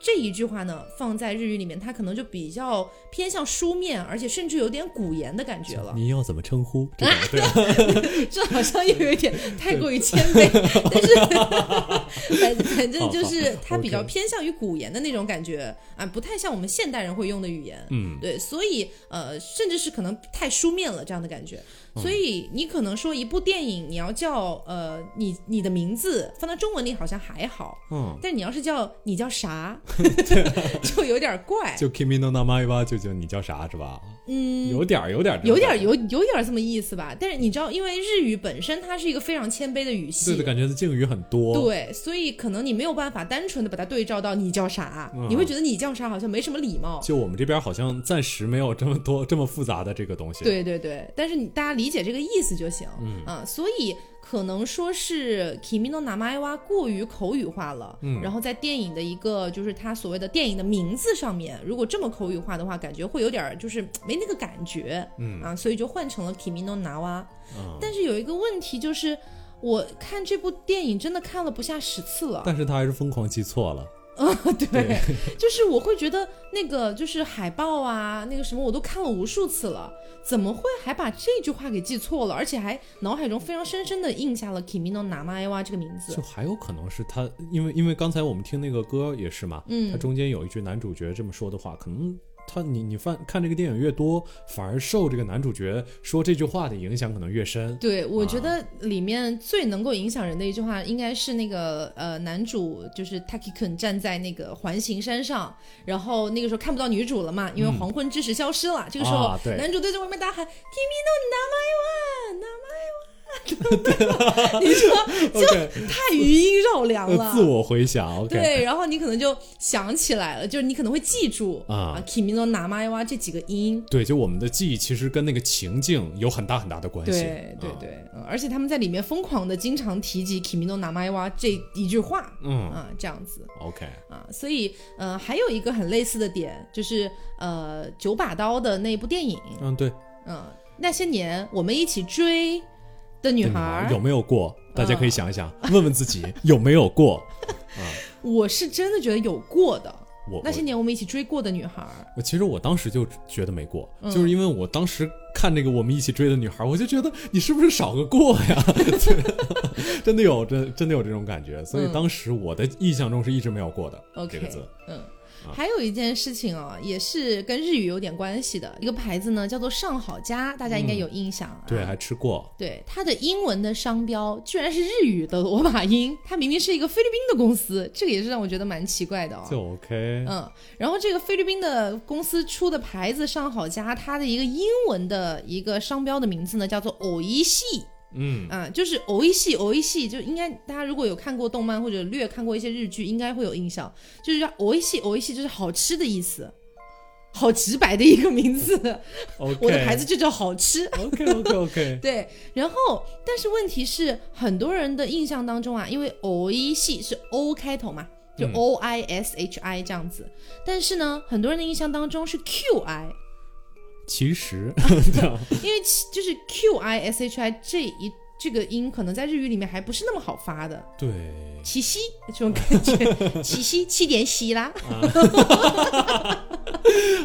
Speaker 2: 这一句话呢，放在日语里面，它可能就比较偏向书面，而且甚至有点古言的感觉了。
Speaker 1: 你要怎么称呼？这种对吧，啊
Speaker 2: (laughs) 这好像又有一点太过于谦卑，但是反反正就是它比较偏向于古言的那种感觉啊，不太像我们现代人会用的语言。
Speaker 1: 嗯，
Speaker 2: 对，所以呃，甚至是可能太书面了这样的感觉，所以你可能说一部电影，你要叫呃你你的名字放到中文里好像还好，
Speaker 1: 嗯，
Speaker 2: 但你要是叫你叫
Speaker 1: (laughs)
Speaker 2: 啥，就有点怪，
Speaker 1: 就 Kimi no namai wa，就就你叫啥是吧？嗯，有点儿，有点儿这
Speaker 2: 有
Speaker 1: 种感觉，
Speaker 2: 点儿有有点儿这么意思吧。但是你知道，因为日语本身它是一个非常谦卑的语系，
Speaker 1: 对的感觉，敬语很多。
Speaker 2: 对，所以可能你没有办法单纯的把它对照到你叫啥，
Speaker 1: 嗯
Speaker 2: 你会觉得你叫啥好像没什么礼貌。
Speaker 1: 就我们这边好像暂时没有这么多这么复杂的这个东西。，
Speaker 2: 对对对，但是你大家理解这个意思就行，嗯啊，所以可能说是 Kimi no namae wa 过于口语化了，
Speaker 1: 嗯
Speaker 2: 然后在电影的一个就是它所谓的电影的名字上面，如果这么口语化的话，感觉会有点儿就是没那个感觉，
Speaker 1: 嗯
Speaker 2: 啊，所以就换成了 Kimi no nawa。
Speaker 1: 嗯，
Speaker 2: 但是有一个问题就是，我看这部电影真的看了不下十次了，
Speaker 1: 但是他还是疯狂记错了。
Speaker 2: (laughs) 对，
Speaker 1: 对
Speaker 2: 就是我会觉得那个就是海报啊，那个什么我都看了无数次了，怎么会还把这句话给记错了，而且还脑海中非常深深的印下了 “kimi no namae wa” 这个名字
Speaker 1: 就。还有可能是他，因为因为刚才我们听那个歌也是嘛，
Speaker 2: 嗯
Speaker 1: 他中间有一句男主角这么说的话，可能他你你翻看这个电影越多，反而受这个男主角说这句话的影响可能越
Speaker 2: (laughs)
Speaker 1: 深。
Speaker 2: 对，我觉得里面最能够影响人的一句话，应该是那个呃，男主就是 Taki Kun 站在那个环形山上，然后那个时候看不到女主了嘛，因为黄昏之时消失了。这个时候，
Speaker 1: 嗯啊对
Speaker 2: 男主对着外面大喊 “kimi
Speaker 1: (laughs)
Speaker 2: no namae wa namae wa”，你 (laughs) 说
Speaker 1: OK，
Speaker 2: 太余音绕梁
Speaker 1: 呃
Speaker 2: 了。
Speaker 1: 自我回想，OK，
Speaker 2: 对，然后你可能就想起来了，就是你可能会记住
Speaker 1: 啊
Speaker 2: ，kimi no namae wa 这几个音。
Speaker 1: 对，就我们的记忆其实跟那个情境有很大很大的关系。
Speaker 2: 对
Speaker 1: 啊
Speaker 2: 对对、嗯而且他们在里面疯狂的经常提及 kimi no namae wa 这一句话
Speaker 1: 嗯，嗯
Speaker 2: 啊，这样子
Speaker 1: ，OK，
Speaker 2: 啊，所以呃，还有一个很类似的点就是呃，九把刀的那部电影，
Speaker 1: 嗯，对，
Speaker 2: 嗯、那些年我们一起追的女
Speaker 1: 这
Speaker 2: 孩
Speaker 1: 儿
Speaker 2: 儿，嗯
Speaker 1: 有没有过？大家可以想一想，问问自己有没有过。
Speaker 2: 我是真的觉得有过的。 (laughs)
Speaker 1: 我
Speaker 2: 那些
Speaker 1: 我
Speaker 2: 年我们一起追过的女孩儿，
Speaker 1: 我其实我当时就觉得没过，
Speaker 2: 嗯
Speaker 1: 就是因为我当时看那个我们一起追的女孩，我就觉得你是不是少个过呀？ (laughs) 对真的有，真真的有这种感觉，所以
Speaker 2: 嗯
Speaker 1: 当时我的印象中是一直没有过的
Speaker 2: OK
Speaker 1: 这个字。
Speaker 2: 嗯，还有一件事情啊、也是跟日语有点关系的，一个牌子呢叫做上好佳，大家应该有印象、啊
Speaker 1: 嗯对，还吃过。
Speaker 2: 对它的英文的商标居然是日语的罗马音，它明明是一个菲律宾的公司，这个也是让我觉得蛮奇怪的哦。
Speaker 1: 就 OK，
Speaker 2: 嗯，然后这个菲律宾的公司出的牌子上好佳，它的一个英文的一个商标的名字呢叫做偶一系，
Speaker 1: 嗯，
Speaker 2: 啊，就是偶一系偶一系，就应该大家如果有看过动漫或者略看过一些日剧，应该会有印象，就是叫偶一系偶一系，就是好吃的意思，好直白的一个名字，我的牌子就叫好吃。
Speaker 1: OK OK
Speaker 2: (laughs)
Speaker 1: OK，
Speaker 2: 对，然后但是问题是，很多人的印象当中啊，因为偶一系是 O 开头嘛，就
Speaker 1: 嗯
Speaker 2: O I S H I 这样子，但是呢，很多人的印象当中是 Q I，
Speaker 1: 其实
Speaker 2: 因为其就是 Q I S H I 这一这个音可能在日语里面还不是那么好发的，
Speaker 1: 对，
Speaker 2: (laughs) 七夕这种感觉， (laughs) 七夕七点夕啦， (laughs)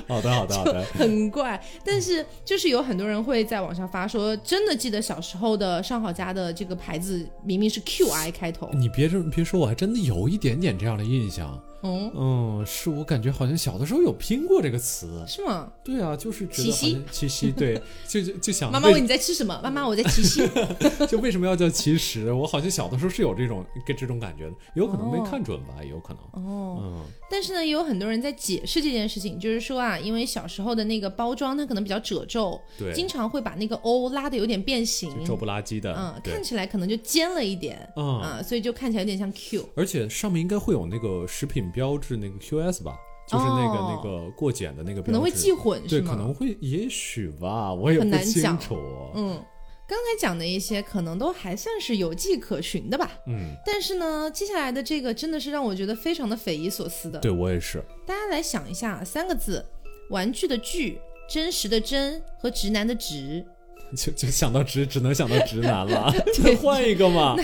Speaker 1: 好的好的好的，
Speaker 2: 很怪。但是就是有很多人会在网上发说，真的记得小时候的上好佳的这个牌子明明是 Q I 开头，
Speaker 1: 你别这么别说，我还真的有一点点这样的印象。
Speaker 2: 嗯，
Speaker 1: 嗯，是我感觉好像小的时候有拼过这个词。
Speaker 2: 是吗？
Speaker 1: 对啊，就是觉
Speaker 2: 七
Speaker 1: 得好
Speaker 2: 夕
Speaker 1: 像七夕，
Speaker 2: (laughs)
Speaker 1: 对，就就就想
Speaker 2: 妈妈
Speaker 1: 为
Speaker 2: 问你在吃什么？妈妈，我在七夕。 (laughs)
Speaker 1: 就为什么要叫其实？我好像小的时候是有这种跟这种感觉的，有可能没
Speaker 2: 哦
Speaker 1: 看准吧，也有可能。
Speaker 2: 哦，
Speaker 1: 嗯，
Speaker 2: 但是呢，也有很多人在解释这件事情，就是说啊，因为小时候的那个包装它可能比较褶皱，
Speaker 1: 对，
Speaker 2: 经常会把那个 O 拉的有点变形，
Speaker 1: 就皱不拉几的。
Speaker 2: 嗯，
Speaker 1: 对
Speaker 2: 看，起来可能就尖了一点，
Speaker 1: 嗯，
Speaker 2: 啊，所以就看起来有点像 Q。
Speaker 1: 而且上面应该会有那个食品标志，那个 QS 吧，就是那个、
Speaker 2: 哦
Speaker 1: 那个过检的那个标志，
Speaker 2: 可能会记混
Speaker 1: 对，
Speaker 2: 是吗？
Speaker 1: 可能会，也许吧，我也
Speaker 2: 很
Speaker 1: 不
Speaker 2: 难
Speaker 1: 清
Speaker 2: 讲
Speaker 1: 楚。哦
Speaker 2: 嗯，刚才讲的一些可能都还算是有迹可循的吧。
Speaker 1: 嗯，
Speaker 2: 但是呢，接下来的这个真的是让我觉得非常的匪夷所思的。
Speaker 1: 对我也是。
Speaker 2: 大家来想一下，啊三个字：玩具的具、真实的真和直男的直，
Speaker 1: 就就想到直，只能想到直男了，
Speaker 2: (laughs) 对
Speaker 1: 换一个嘛，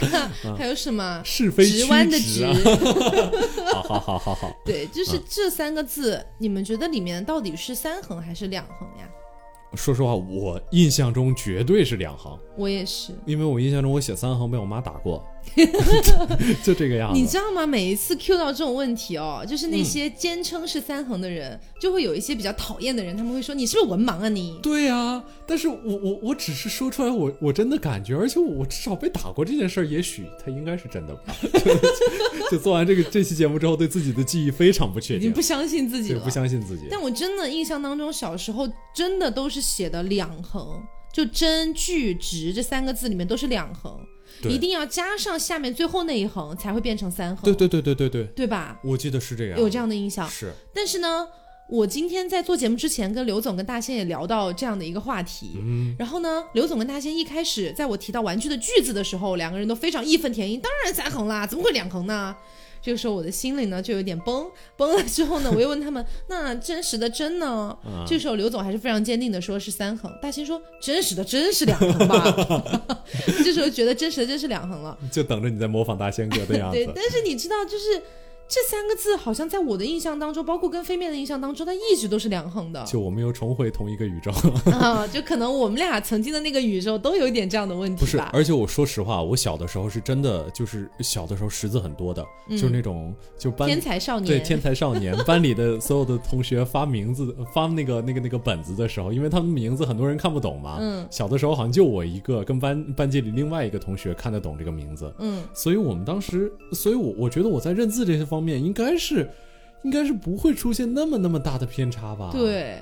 Speaker 2: 还有什么？
Speaker 1: 是嗯 (laughs) 非曲
Speaker 2: 直弯的
Speaker 1: 直
Speaker 2: 直
Speaker 1: 啊，， (laughs) 嗯好好好好好，
Speaker 2: (laughs) 对，就是这三个字，你们觉得里面到底是三横还是两横呀？
Speaker 1: 说实话，我印象中绝对是两行，
Speaker 2: 我也是，
Speaker 1: 因为我印象中我写三行被我妈打过， (laughs) 就这个样
Speaker 2: 你
Speaker 1: 子。
Speaker 2: 知道吗？每一次 Q 到这种问题哦，就是
Speaker 1: 嗯
Speaker 2: 那些坚称是三横的人，就会有一些比较讨厌的人，他们会说你是不是文盲啊你？
Speaker 1: 对呀、但是我我我只是说出来我我真的感觉，而且我至少被打过这件事儿，也许它应该是真的吧。 (laughs) 就就做完这个这期节目之后，对自己的记忆非常不确
Speaker 2: 已经
Speaker 1: 定，
Speaker 2: 不相信自己
Speaker 1: 对
Speaker 2: 了
Speaker 1: 不。相信自己。
Speaker 2: 但我真的印象当中，小时候真的都是写的两横，就真、句、直这三个字里面都是两横，
Speaker 1: 对
Speaker 2: 一定要加上下面最后那一横才会变成三横，
Speaker 1: 对啊对对对对对，
Speaker 2: 对吧？
Speaker 1: 我记得是这样，
Speaker 2: 有这样的印象。
Speaker 1: 是
Speaker 2: 但是呢，我今天在做节目之前，跟刘总跟大仙也聊到这样的一个话题。然后呢，刘总跟大仙一开始在我提到玩具的句子的时候，两个人都非常义愤填膺，当然三横啦，怎么会两横呢？这个时候我的心里呢就有点崩，崩了之后呢，我又问他们，那真实的真呢？这时候刘总还是非常坚定的说是三横，大仙说真实的真是两横吧， (laughs) 这时候觉得真实的真是两横了。
Speaker 1: 就等着你在模仿大仙哥的样
Speaker 2: 对，
Speaker 1: 子。
Speaker 2: 但是你知道，就是这三个字，好像在我的印象当中，包括跟飞面的印象当中，它一直都是两横的
Speaker 1: 就我们又重回同一个宇
Speaker 2: (laughs)
Speaker 1: 宙，
Speaker 2: 啊。就可能我们俩曾经的那个宇宙都有一点这样的问
Speaker 1: 不
Speaker 2: 题
Speaker 1: 是？
Speaker 2: 吧。
Speaker 1: 而且我说实话，我小的时候是真的，就是小的时候识字很多的，就是那种就班
Speaker 2: 嗯天才少年，
Speaker 1: 对天才少年班里的所有的同学发名字发那个那个那个本子的时候，因为他们名字很多人看不懂嘛，
Speaker 2: 嗯
Speaker 1: 小的时候好像就我一个，跟班班级里另外一个同学看得懂这个名字，
Speaker 2: 嗯，
Speaker 1: 所以我们当时，所以我我觉得我在认字这些方面应该是，应该是不会出现那么那么大的偏差吧？，
Speaker 2: 对，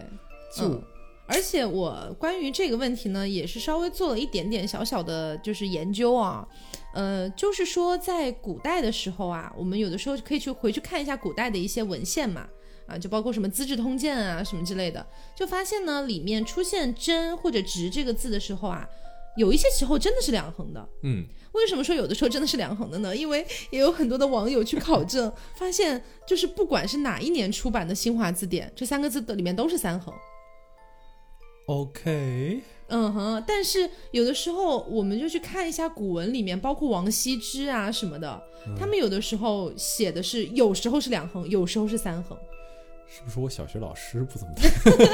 Speaker 1: 就、
Speaker 2: 嗯而且我关于这个问题呢，也是稍微做了一点点小小的，就是研究啊。呃，就是说在古代的时候啊，我们有的时候可以去回去看一下古代的一些文献嘛，啊，就包括什么《资治通鉴》啊什么之类的，就发现呢，里面出现“真”或者“直”这个字的时候啊，有一些时候真的是两横的。
Speaker 1: 嗯，
Speaker 2: 为什么说有的时候真的是两横的呢？因为也有很多的网友去考证，发现就是不管是哪一年出版的新华字典，这三个字的里面都是三横。
Speaker 1: OK，
Speaker 2: 嗯哼，但是有的时候我们就去看一下古文里面，包括王羲之啊什么的，
Speaker 1: 嗯
Speaker 2: 他们有的时候写的是，有时候是两横，有时候是三横。
Speaker 1: 是不是我小学老师不怎么带？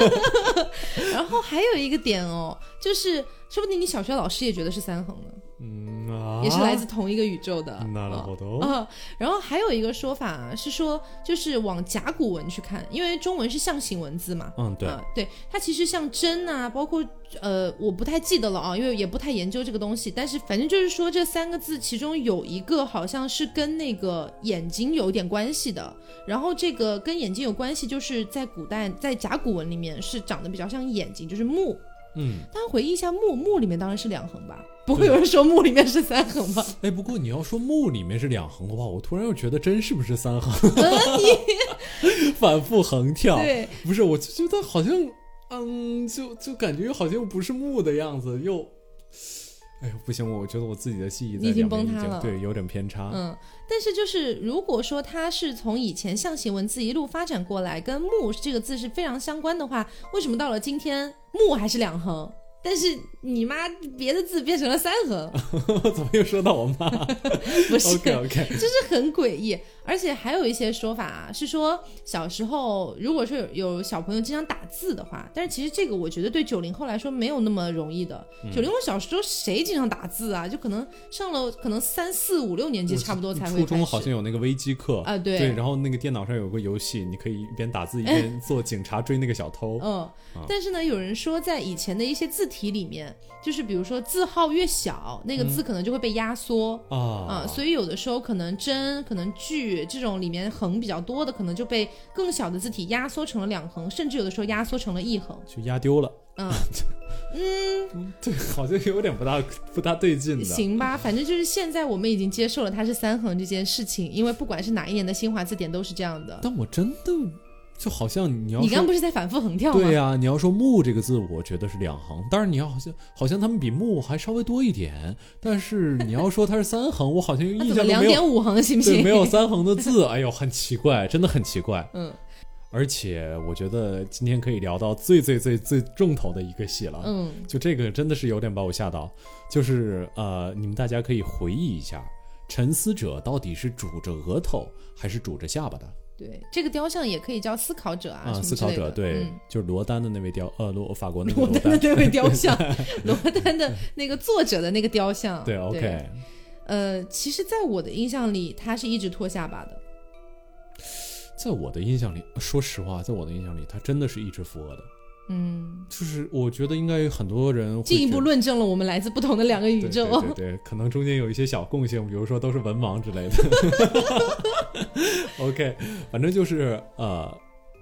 Speaker 2: 然后还有一个点哦，就是说不定你小学老师也觉得是三横呢，
Speaker 1: (laughs) 嗯啊，
Speaker 2: 也是来自同一个宇宙的。
Speaker 1: 那了
Speaker 2: 啊
Speaker 1: 好多
Speaker 2: 啊、然后还有一个说法、啊、是说，就是往甲骨文去看，因为中文是象形文字嘛。
Speaker 1: 嗯，对，
Speaker 2: 啊对，它其实像针啊，包括呃，我不太记得了啊，因为也不太研究这个东西。但是反正就是说，这三个字其中有一个好像是跟那个眼睛有点关系的。然后这个跟眼睛有关系，就是在古代在甲骨文里面是长得比较像眼睛，就是目。
Speaker 1: 嗯，
Speaker 2: 大家回忆一下目，目里面当然是两横吧？不会
Speaker 1: 对
Speaker 2: 有人说目里面是三横吧？
Speaker 1: 哎，不过你要说木里面是两横的话，我突然又觉得真是不是三横， (laughs) 反复横跳，
Speaker 2: 对，
Speaker 1: 不是，我就觉得好像，嗯，就就感觉好像不是木的样子，又，哎呦，不行，我我觉得我自己的记忆在
Speaker 2: 你已经
Speaker 1: 两边
Speaker 2: 崩塌了
Speaker 1: 对，有点偏差，
Speaker 2: 嗯，但是就是如果说它是从以前象形文字一路发展过来，跟木这个字是非常相关的话，为什么到了今天木还是两横？但是你妈别的字变成了三横，
Speaker 1: (laughs)
Speaker 2: (laughs)
Speaker 1: 怎么又说到我妈
Speaker 2: 不是
Speaker 1: ？OK OK，
Speaker 2: 就是很诡异。而且还有一些说法、啊、是说，小时候如果说有有小朋友经常打字的话，但是其实这个我觉得对九零后来说没有那么容易的。
Speaker 1: 嗯
Speaker 2: 九零后小时候谁经常打字啊？就可能上了可能三四五六年级差不多才会
Speaker 1: 初中
Speaker 2: 开
Speaker 1: 好
Speaker 2: 始
Speaker 1: 像有那个微机课
Speaker 2: 啊对
Speaker 1: 然后那个电脑上有个游戏，你可以一边打
Speaker 2: (laughs)
Speaker 1: 字一边做警察追那个小偷。
Speaker 2: 嗯
Speaker 1: 啊，
Speaker 2: 但是呢，有人说在以前的一些字体里面，就是比如说字号越小，
Speaker 1: 嗯
Speaker 2: 那个字可能就会被压缩。啊、
Speaker 1: 啊
Speaker 2: 所以有的时候可能真、可能句这种里面横比较多的，可能就被更小的字体压缩成了两横，甚至有的时候压缩成了一横。
Speaker 1: 就压丢了， (laughs)
Speaker 2: 嗯，
Speaker 1: 对，好像有点不大不大对劲的。
Speaker 2: 行吧，反正就是现在我们已经接受了它是三横这件事情，因为不管是哪一年的新华字典都是这样的。
Speaker 1: 但我真的就好像你要
Speaker 2: 你
Speaker 1: 说
Speaker 2: 刚不是在反复横跳吗？
Speaker 1: 对呀、你要说木这个字，我觉得是两横，但是你要好像好像他们比木还稍微多一点，但是你要说它是三
Speaker 2: (laughs)
Speaker 1: 横，我好像
Speaker 2: 那
Speaker 1: 印
Speaker 2: 怎么
Speaker 1: 象
Speaker 2: 两
Speaker 1: 中没 (laughs) 有
Speaker 2: 点五横行不
Speaker 1: 对
Speaker 2: 行？
Speaker 1: 没有三横的字， (laughs) 哎呦，很奇怪，真的很奇怪。
Speaker 2: (laughs) 嗯
Speaker 1: 而且我觉得今天可以聊到最最最最重头的一个戏了，
Speaker 2: 嗯，
Speaker 1: 就这个真的是有点把我吓到，就是呃，你们大家可以回忆一下，沉思者到底是拄着额头还是拄着下巴的？
Speaker 2: 对，这个雕像也可以叫思考者啊，
Speaker 1: 啊，
Speaker 2: 什么
Speaker 1: 思
Speaker 2: 之
Speaker 1: 考
Speaker 2: 类的
Speaker 1: 者对，
Speaker 2: 嗯
Speaker 1: 就是罗丹的那位雕，呃，罗法国那个
Speaker 2: 罗
Speaker 1: 罗
Speaker 2: 丹的
Speaker 1: 丹，
Speaker 2: 那位
Speaker 1: (laughs)
Speaker 2: 雕像，罗丹的那个作者的那个雕像。
Speaker 1: 对，OK，
Speaker 2: 呃，其实，在我的印象里，他是一直拖下巴的。
Speaker 1: 在我的印象里，说实话，在我的印象里，他真的是一直扶额的，
Speaker 2: 嗯，
Speaker 1: 就是我觉得应该有很多人会
Speaker 2: 进一
Speaker 1: 觉
Speaker 2: 步
Speaker 1: 得
Speaker 2: 论证了我们来自不同的两个宇宙。
Speaker 1: 对对对对，可能中间有一些小共性，比如说都是文盲之类的。OK，反正就是呃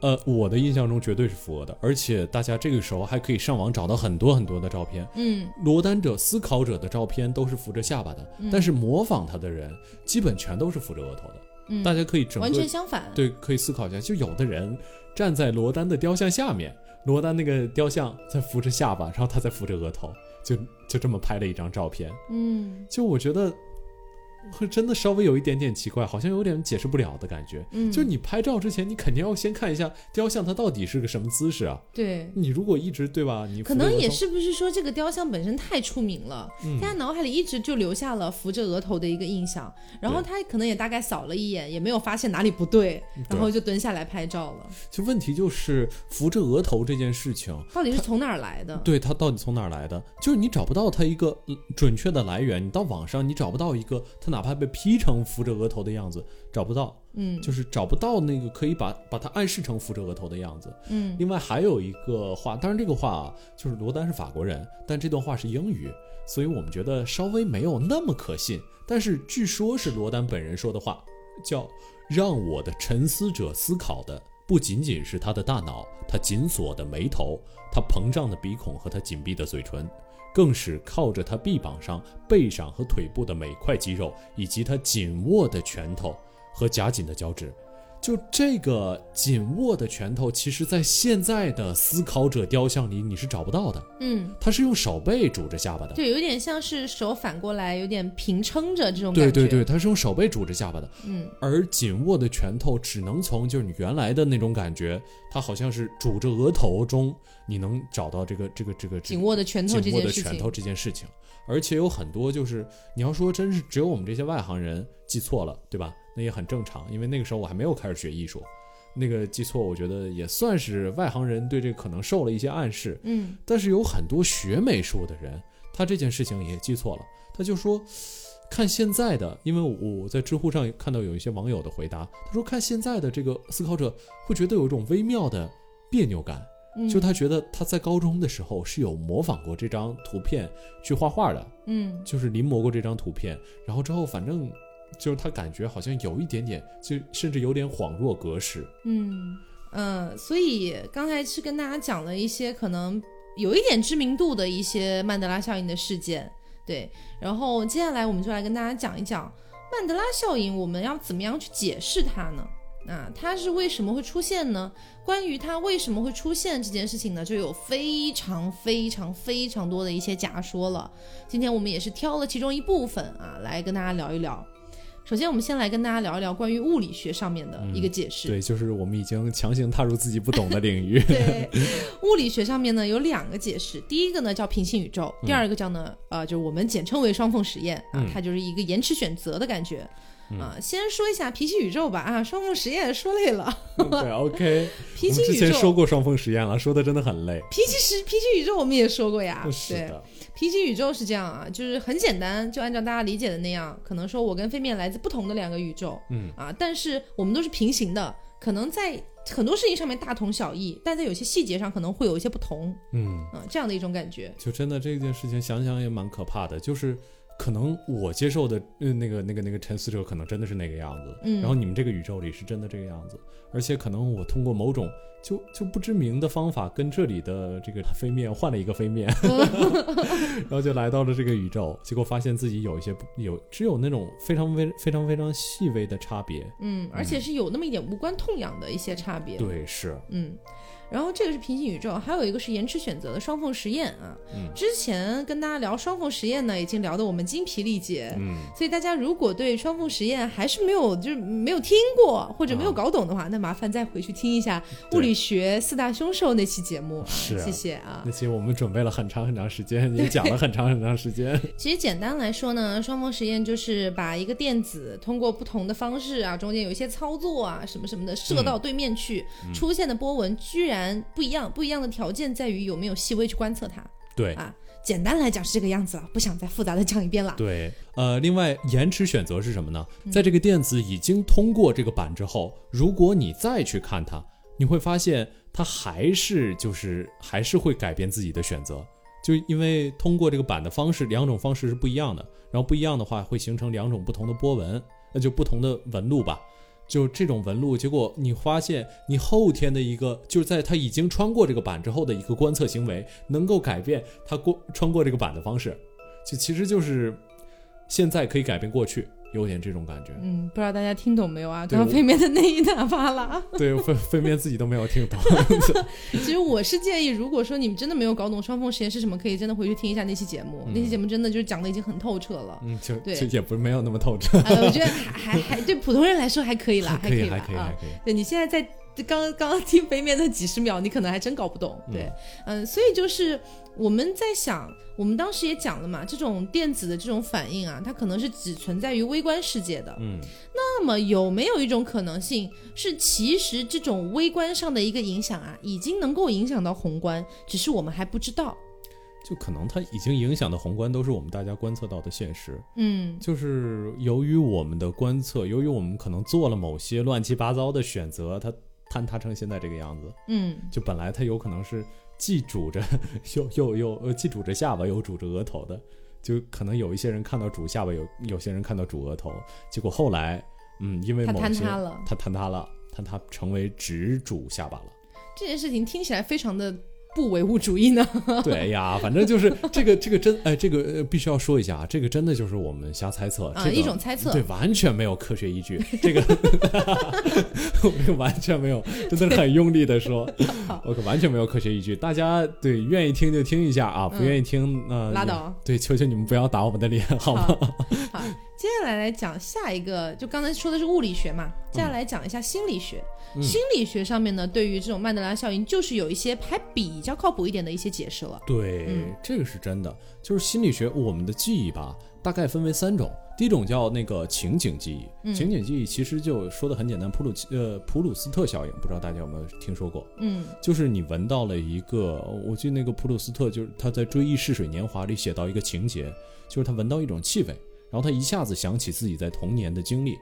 Speaker 1: 呃，我的印象中绝对是扶额的，而且大家这个时候还可以上网找到很多很多的照片，
Speaker 2: 嗯，
Speaker 1: 罗丹者、思考者的照片都是扶着下巴的，但是模仿他的人基本全都是扶着额头的。
Speaker 2: 嗯
Speaker 1: 大家可以整
Speaker 2: 完
Speaker 1: 个
Speaker 2: 全相反。
Speaker 1: 对，可以思考一下，就有的人站在罗丹的雕像下面，罗丹那个雕像在扶着下巴，然后他在扶着额头，就就这么拍了一张照片。
Speaker 2: 嗯
Speaker 1: 就我觉得会真的稍微有一点点奇怪，好像有点解释不了的感觉。
Speaker 2: 嗯，
Speaker 1: 就你拍照之前，你肯定要先看一下雕像它到底是个什么姿势啊？
Speaker 2: 对。
Speaker 1: 你如果一直对吧，你扶
Speaker 2: 可
Speaker 1: 着
Speaker 2: 能
Speaker 1: 额
Speaker 2: 也
Speaker 1: 头
Speaker 2: 是不是说这个雕像本身太出名了，
Speaker 1: 嗯
Speaker 2: 大家脑海里一直就留下了扶着额头的一个印象，然后
Speaker 1: 对嗯
Speaker 2: 他可能也大概扫了一眼，也没有发现哪里不对，然后就蹲下来拍照了。
Speaker 1: 就问题就是扶着额头这件事情，
Speaker 2: 到底是从哪儿来的？
Speaker 1: 对它到底从哪儿来的？就是你找不到它一个嗯准确的来源，你到网上你找不到一个它哪怕被 P 成扶着额头的样子，找不到，
Speaker 2: 嗯
Speaker 1: 就是找不到那个可以把把它暗示成扶着额头的样子。
Speaker 2: 嗯
Speaker 1: 另外还有一个话，当然这个话啊，就是罗丹是法国人，但这段话是英语，所以我们觉得稍微没有那么可信。但是据说是罗丹本人说的话，叫“让我的沉思者思考的不仅仅是他的大脑，他紧锁的眉头，他膨胀的鼻孔和他紧闭的嘴唇。”更是靠着他臂膀上、背上和腿部的每块肌肉，以及他紧握的拳头和夹紧的脚趾，就这个紧握的拳头，其实在现在的思考者雕像里你是找不到的，
Speaker 2: 嗯，
Speaker 1: 它是用手背拄着下巴的。
Speaker 2: 对，有点像是手反过来，有点平撑着这种感
Speaker 1: 对
Speaker 2: 觉。
Speaker 1: 对对，，它是用手背拄着下巴的，
Speaker 2: 嗯
Speaker 1: 而紧握的拳头只能从就是你原来的那种感觉，它好像是拄着额头中，你能找到这个这个这个这
Speaker 2: 紧
Speaker 1: 个
Speaker 2: 握的拳头这
Speaker 1: 紧握
Speaker 2: 件
Speaker 1: 的
Speaker 2: 事
Speaker 1: 拳
Speaker 2: 情。
Speaker 1: 头这件事情。而且有很多就是你要说真是只有我们这些外行人记错了，对吧？那也很正常，因为那个时候我还没有开始学艺术，那个记错我觉得也算是外行人对这个可能受了一些暗示。
Speaker 2: 嗯
Speaker 1: 但是有很多学美术的人，他这件事情也记错了，他就说。看现在的，因为我我在知乎上也看到有一些网友的回答，他说看现在的这个思考者会觉得有一种微妙的别扭感，
Speaker 2: 嗯，
Speaker 1: 就是他觉得他在高中的时候是有模仿过这张图片去画画的，
Speaker 2: 嗯
Speaker 1: 就是临摹过这张图片，然后之后反正就是他感觉好像有一点点，就甚至有点恍若隔世。
Speaker 2: 嗯嗯、呃，所以刚才是跟大家讲了一些可能有一点知名度的一些曼德拉效应的事件，对。然后接下来我们就来跟大家讲一讲曼德拉效应，我们要怎么样去解释它呢？啊，它是为什么会出现呢？关于它为什么会出现这件事情呢，就有非常非常非常多的一些假说了。今天我们也是挑了其中一部分啊，来跟大家聊一聊。首先，我们先来跟大家聊一聊关于物理学上面的一个解释。。
Speaker 1: 对，就是我们已经强行踏入自己不懂的领域
Speaker 2: (laughs) 对，物理学上面呢有两个解释，第一个呢叫平行宇宙，
Speaker 1: 嗯
Speaker 2: 第二个叫呢、呃就是我们简称为双缝实验啊，它就是一个延迟选择的感觉。
Speaker 1: 嗯
Speaker 2: 啊，先说一下平行宇宙吧啊，双缝实验说累了，
Speaker 1: 对，OK，
Speaker 2: 平
Speaker 1: 我们
Speaker 2: 行
Speaker 1: 之
Speaker 2: 宇
Speaker 1: 前说
Speaker 2: 宙，
Speaker 1: 过双峰实验了，说的真的很累。
Speaker 2: 平行时平行宇宙我们也说过呀，
Speaker 1: 是
Speaker 2: 对，
Speaker 1: 的，
Speaker 2: 平行宇宙是这样啊，就是很简单，就按照大家理解的那样，可能说我跟飞面来自不同的两个宇宙，
Speaker 1: 嗯
Speaker 2: 啊，但是我们都是平行的，可能在很多事情上面大同小异，但在有些细节上可能会有一些不同，
Speaker 1: 嗯。
Speaker 2: 啊，这样的一种感觉。
Speaker 1: 就真的这件事情想想也蛮可怕的，就是可能我接受的呃那个那个那个沉思者可能真的是那个样子，
Speaker 2: 嗯
Speaker 1: 然后你们这个宇宙里是真的这个样子，而且可能我通过某种就就不知名的方法跟这里的这个飞面换了一个飞面，然后就来到了这个宇宙，结果发现自己有一些不有只有那种非常微非常非常细微的差别，
Speaker 2: 嗯，而且是有那么一点无关痛痒的一些差别。，
Speaker 1: 对，是，
Speaker 2: 嗯，然后这个是平行宇宙，还有一个是延迟选择的双缝实验啊。
Speaker 1: 嗯
Speaker 2: 之前跟大家聊双缝实验呢，已经聊得我们精疲力竭。
Speaker 1: 嗯，
Speaker 2: 所以大家如果对双缝实验还是没有就是没有听过或者没有
Speaker 1: 啊
Speaker 2: 搞懂的话，那麻烦再回去听一下物
Speaker 1: 对
Speaker 2: 理学四大凶手那期节目啊，
Speaker 1: 是啊
Speaker 2: 谢谢啊
Speaker 1: 那。期我们准备了很长很长时间，也讲了很长很长时间，
Speaker 2: 其实简单来说呢，双缝实验就是把一个电子通过不同的方式啊，中间有一些操作啊，什么什么的射
Speaker 1: 嗯
Speaker 2: 到对面去，出现的波纹居然不一样。不一样的条件在于有没有细微去观测它。
Speaker 1: 对
Speaker 2: 啊简单来讲是这个样子了，不想再复杂的讲一遍了。
Speaker 1: 对，呃，另外延迟选择是什么呢？在这个电子已经通过这个板之后，如果你再去看它，你会发现它还是就是还是会改变自己的选择，就因为通过这个板的方式，两种方式是不一样的，然后不一样的话会形成两种不同的波纹，那就不同的纹路吧。就这种纹路，结果你发现你后天的一个，就是在它已经穿过这个板之后的一个观测行为，能够改变它过穿过这个板的方式，就其实就是现在可以改变过去，有点这种感
Speaker 2: (laughs)
Speaker 1: 觉。
Speaker 2: 嗯，不知道大家听懂没有啊？
Speaker 1: 对
Speaker 2: 刚刚
Speaker 1: 我
Speaker 2: 飞面的那一大发了啊。
Speaker 1: 对，分分辨自己都没有听懂。
Speaker 2: (laughs) 其实我是建议，如果说你们真的没有搞懂双缝实验是什么，可以真的回去听一下那期节目，那期节目真的就是讲的已经很透
Speaker 1: (laughs)
Speaker 2: 彻了。
Speaker 1: 嗯，就
Speaker 2: 对
Speaker 1: 就也不是没有那么透彻，
Speaker 2: 呃，我觉得还还还对普通人来说还可以啦，
Speaker 1: 可以，
Speaker 2: 吧
Speaker 1: 还可以，
Speaker 2: 啊
Speaker 1: 还。可以。
Speaker 2: 对你现在在刚刚听北面的几十秒，你可能还真搞不懂。对，嗯、所以就是我们在想，我们当时也讲了嘛，这种电子的这种反应啊，它可能是只存在于微观世界的。
Speaker 1: 嗯，
Speaker 2: 那么有没有一种可能性是，其实这种微观上的一个影响啊，已经能够影响到宏观，只是我们还不知道。
Speaker 1: 就可能它已经影响的宏观都是我们大家观测到的现实，
Speaker 2: 嗯
Speaker 1: 就是由于我们的观测，由于我们可能做了某些乱七八糟的选择，它坍塌成现在这个样子。
Speaker 2: 嗯，
Speaker 1: 就本来它有可能是既拄着 (laughs) 又又又呃既拄着下巴又拄着额头的，就可能有一些人看到拄下巴，有有些人看到拄额头，结果后来嗯，因为
Speaker 2: 它
Speaker 1: 某
Speaker 2: 坍
Speaker 1: 些
Speaker 2: 塌了。
Speaker 1: 它坍塌了，坍塌成为只拄下巴了。 (laughs)
Speaker 2: 这件事情听起来非常的不唯物主义呢。
Speaker 1: 对哎呀，反正就是这个这个真哎，这个、呃、必须要说一下啊，这个真的就是我们瞎猜测，
Speaker 2: (laughs) 啊
Speaker 1: 这个
Speaker 2: 一种猜测
Speaker 1: 对，完全没有科学依据。这个我这个完全没有，真的很用力的说， (laughs) 我可完全没有科学依据。大家对愿意听就听一下啊，不
Speaker 2: 嗯
Speaker 1: 愿意听那、呃、
Speaker 2: 拉
Speaker 1: 也
Speaker 2: 倒。
Speaker 1: 对，求求你们不要打我们的脸，好吗？
Speaker 2: 好，接下来来讲下一个，就刚才说的是物理学嘛，接下来讲一下心理学。
Speaker 1: 嗯
Speaker 2: 心理学上面呢，对于这种曼德拉效应，就是有一些还比较靠谱一点的一些解释了。
Speaker 1: 对，
Speaker 2: 嗯
Speaker 1: 这个是真的。就是心理学，我们的记忆吧，大概分为三种。第一种叫那个情景记忆，
Speaker 2: 嗯
Speaker 1: 情景记忆其实就说的很简单，普鲁奇呃普鲁斯特效应，不知道大家有没有听说过？
Speaker 2: 嗯
Speaker 1: 就是你闻到了一个，我记得那个普鲁斯特就是他在《追忆似水年华》里写到一个情节，就是他闻到一种气味，然后他一下子想起自己在童年的经历，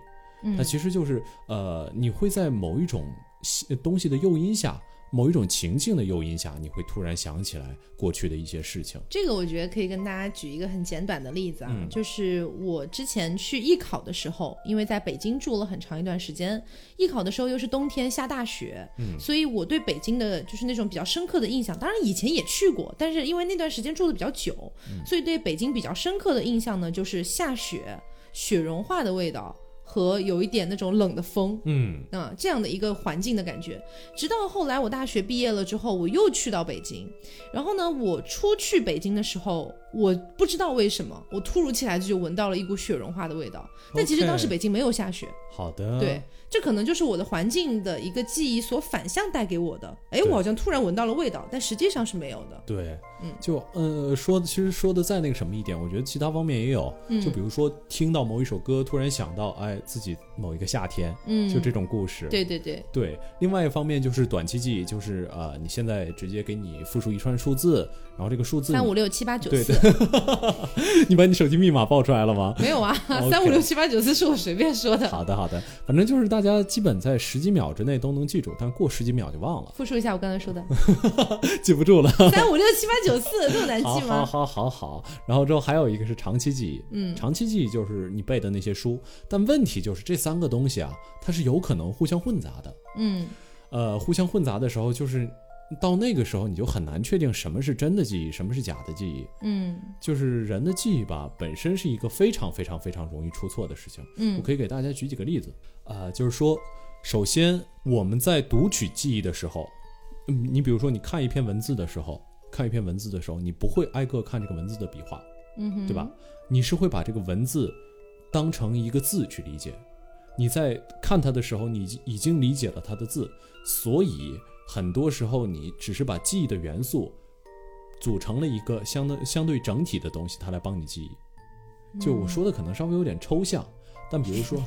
Speaker 2: 嗯
Speaker 1: 那其实就是呃，你会在某一种西呃东西的诱因下，某一种情境的诱因下，你会突然想起来过去的一些事情。
Speaker 2: 这个我觉得可以跟大家举一个很简短的例子啊，
Speaker 1: 嗯
Speaker 2: 就是我之前去艺考的时候，因为在北京住了很长一段时间，艺考的时候又是冬天下大雪，
Speaker 1: 嗯
Speaker 2: 所以我对北京的就是那种比较深刻的印象。当然以前也去过，但是因为那段时间住的比较久，
Speaker 1: 嗯
Speaker 2: 所以对北京比较深刻的印象呢，就是下雪、雪融化的味道和有一点那种冷的风。
Speaker 1: 嗯
Speaker 2: 啊、这样的一个环境的感觉。直到后来我大学毕业了之后，我又去到北京，然后呢，我初去北京的时候，我不知道为什么，我突如其来就闻到了一股雪融化的味道。但其实当时
Speaker 1: OK 嗯
Speaker 2: 北京没有下雪
Speaker 1: 好的，
Speaker 2: 对，这可能就是我的环境的一个记忆所反向带给我的。哎，
Speaker 1: 对
Speaker 2: 我好像突然闻到了味道，但实际上是没有的。
Speaker 1: 对，
Speaker 2: 嗯
Speaker 1: 就呃说，其实说的再那个什么一点，我觉得其他方面也有，
Speaker 2: 嗯
Speaker 1: 就比如说听到某一首歌，突然想到，哎，自己某一个夏天，
Speaker 2: 嗯，
Speaker 1: 就这种故事。
Speaker 2: 对对对，
Speaker 1: 对另外一方面就是短期记忆，就是呃，你现在直接给你复述一串数字，然后这个数字
Speaker 2: 三
Speaker 1: 你，
Speaker 2: 五六七八九
Speaker 1: 对
Speaker 2: 四，
Speaker 1: (laughs) 你把你手机密码报出来了吗？
Speaker 2: 没有啊，
Speaker 1: (laughs) OK
Speaker 2: 三五六七八九四是我随便说的。
Speaker 1: 好的，好的，反正就是大家基本在十几秒之内都能记住，但过十几秒就忘了，
Speaker 2: 复述一下我刚才
Speaker 1: (laughs)
Speaker 2: 说的
Speaker 1: 记不住了。
Speaker 2: 三五六七八九四，这么难
Speaker 1: 好
Speaker 2: 记
Speaker 1: 好
Speaker 2: 吗？
Speaker 1: 好好好。然后之后还有一个是长期记忆，
Speaker 2: 嗯
Speaker 1: 长期记忆就是你背的那些书，但问题就是这三个东西啊，它是有可能互相混杂的。
Speaker 2: 嗯。
Speaker 1: 呃，互相混杂的时候，就是到那个时候你就很难确定什么是真的记忆，什么是假的记忆。
Speaker 2: 嗯
Speaker 1: 就是人的记忆吧，本身是一个非常非常非常容易出错的事情。我
Speaker 2: 嗯
Speaker 1: 可以给大家举几个例子，呃，就是说，首先我们在读取记忆的时候，嗯，你比如说你看一篇文字的时候，看一篇文字的时候，你不会挨个看这个文字的笔画，
Speaker 2: 嗯哼，
Speaker 1: 对吧？？你是会把这个文字当成一个字去理解。你在看它的时候，你已经已经理解了它的字，所以很多时候你只是把记忆的元素组成了一个相当相对整体的东西，它来帮你记忆。就我说的可能稍微有点抽象，但比如说，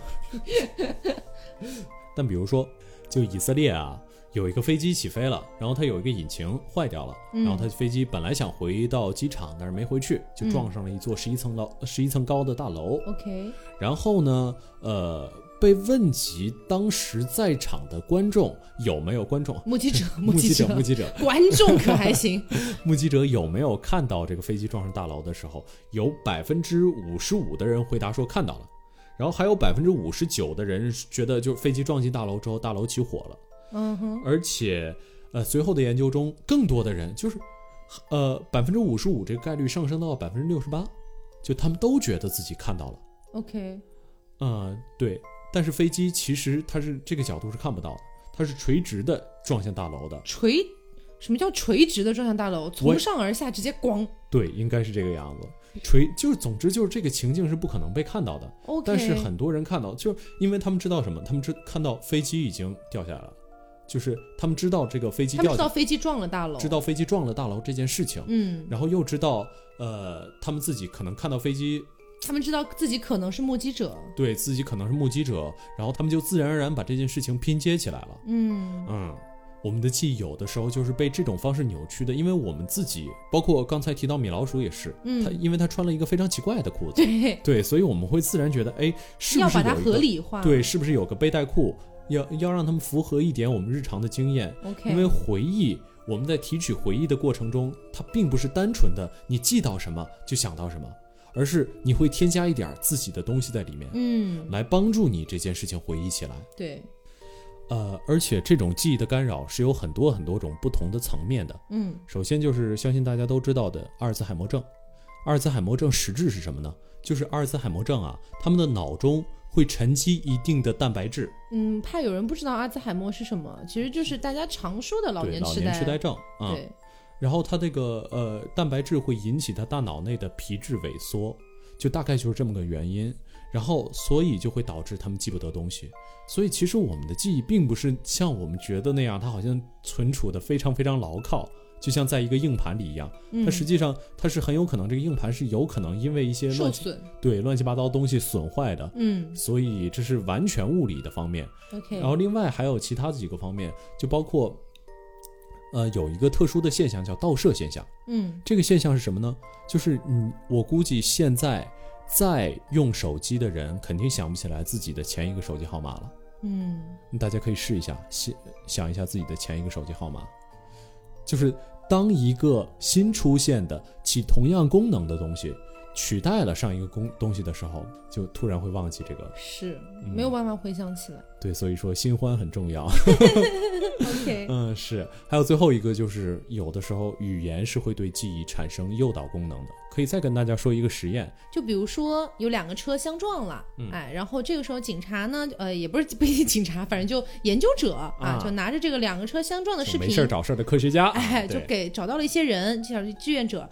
Speaker 1: 但比如说，就以色列啊，有一个飞机起飞了，然后它有一个引擎坏掉了，然后它飞机本来想回到机场，但是没回去，就撞上了一座十一层楼十一层高的大楼。
Speaker 2: 嗯 OK，
Speaker 1: 然后呢，呃，被问及当时在场的观众有没有观众 (laughs)
Speaker 2: 目击者，
Speaker 1: 目击
Speaker 2: 者
Speaker 1: 者，，目击者，
Speaker 2: 观众可
Speaker 1: (laughs)
Speaker 2: 还行？
Speaker 1: 目击者有没有看到这个飞机撞上大楼的时候，有百分之五十五的人回答说看到了，然后还有百分之五十九的人觉得就是飞机撞进大楼之后，大楼起火了。
Speaker 2: 嗯哼，
Speaker 1: 而且，呃，随后的研究中，更多的人就是，呃，百分之五十五这个概率上升到百分之六十八，就他们都觉得自己看到了。
Speaker 2: ，OK，
Speaker 1: 呃，对，但是飞机其实它是这个角度是看不到的，它是垂直的撞向大楼的。
Speaker 2: 垂，什么叫垂直的撞向大楼？从上而下直接咣
Speaker 1: 对，应该是这个样子。垂就是，总之就是这个情境是不可能被看到的。
Speaker 2: ，OK，
Speaker 1: 但是很多人看到，就是因为他们知道什么，他们知看到飞机已经掉下来了，就是他们知道这个飞机
Speaker 2: 他们
Speaker 1: 掉
Speaker 2: 知
Speaker 1: 下
Speaker 2: 道
Speaker 1: 来，
Speaker 2: 飞机撞了大楼，
Speaker 1: 知，道飞机撞了大楼这件事情。
Speaker 2: 嗯，
Speaker 1: 然后又知道，呃，他们自己可能看到飞机，
Speaker 2: 他们知道自己可能是目击者，
Speaker 1: 对自己可能是目击者，然后他们就自然而然把这件事情拼接起来了。
Speaker 2: 嗯
Speaker 1: 嗯，我们的记忆有的时候就是被这种方式扭曲的，因为我们自己，包括刚才提到米老鼠也是，他
Speaker 2: 嗯，
Speaker 1: 因为他穿了一个非常奇怪的裤子，
Speaker 2: 对，
Speaker 1: 对，所以我们会自然觉得，哎，是
Speaker 2: 要
Speaker 1: 不是
Speaker 2: 把它
Speaker 1: 有一
Speaker 2: 合
Speaker 1: 个
Speaker 2: 理化，
Speaker 1: 对，是不是有个背带裤？要要让他们符合一点我们日常的经验，因为
Speaker 2: ，OK，
Speaker 1: 回忆，我们在提取回忆的过程中，它并不是单纯的你记到什么就想到什么，而是你会添加一点儿自己的东西在里面，
Speaker 2: 嗯，
Speaker 1: 来帮助你这件事情回忆起来。
Speaker 2: 对，
Speaker 1: 呃，而且这种记忆的干扰是有很多很多种不同的层面的。
Speaker 2: 嗯
Speaker 1: 首先就是相信大家都知道的阿尔兹海默症。阿尔兹海默症实质是什么呢？就是阿尔兹海默症啊，他们的脑中会沉积一定的蛋白质，
Speaker 2: 嗯，怕有人不知道阿兹海默是什么，其实就是大家常说的老
Speaker 1: 对
Speaker 2: 年
Speaker 1: 老
Speaker 2: 痴
Speaker 1: 年痴呆
Speaker 2: 呆，
Speaker 1: 症啊。
Speaker 2: 对，
Speaker 1: 然后它这个呃蛋白质会引起它大脑内的皮质萎缩，就大概就是这么个原因。然后所以就会导致他们记不得东西。所以其实我们的记忆并不是像我们觉得那样，它好像存储的非常非常牢靠。就像在一个硬盘里一样，
Speaker 2: 嗯
Speaker 1: 它实际上它是很有可能这个硬盘是有可能因为一些
Speaker 2: 受
Speaker 1: 乱七
Speaker 2: 损，
Speaker 1: 对乱七八糟东西损坏的，
Speaker 2: 嗯
Speaker 1: 所以这是完全物理的方面。
Speaker 2: ，OK，
Speaker 1: 然后另外还有其他的几个方面，就包括，呃，有一个特殊的现象叫倒射现象。
Speaker 2: 嗯
Speaker 1: 这个现象是什么呢？就是你，我估计现在在用手机的人肯定想不起来自己的前一个手机号码了。
Speaker 2: 嗯
Speaker 1: 大家可以试一下，想想一下自己的前一个手机号码，就是当一个新出现的起同样功能的东西取代了上一个功东西的时候，就突然会忘记这个。
Speaker 2: 是
Speaker 1: 嗯
Speaker 2: 没有办法回想起来
Speaker 1: 对，所以说新欢很重要。 (laughs)
Speaker 2: ，OK，
Speaker 1: 嗯，是。还有最后一个就是，有的时候语言是会对记忆产生诱导功能的。可以再跟大家说一个实验，
Speaker 2: 就比如说有两个车相撞了，
Speaker 1: 嗯
Speaker 2: 哎，然后这个时候警察呢，呃，也不是不一定警察，反正就研究者啊，
Speaker 1: 啊
Speaker 2: 就拿着这个两个车相撞的视
Speaker 1: 就没
Speaker 2: 频
Speaker 1: 事，儿找事儿的科学家，啊
Speaker 2: 哎，就
Speaker 1: 对
Speaker 2: 给找到了一些人，至少是志愿者。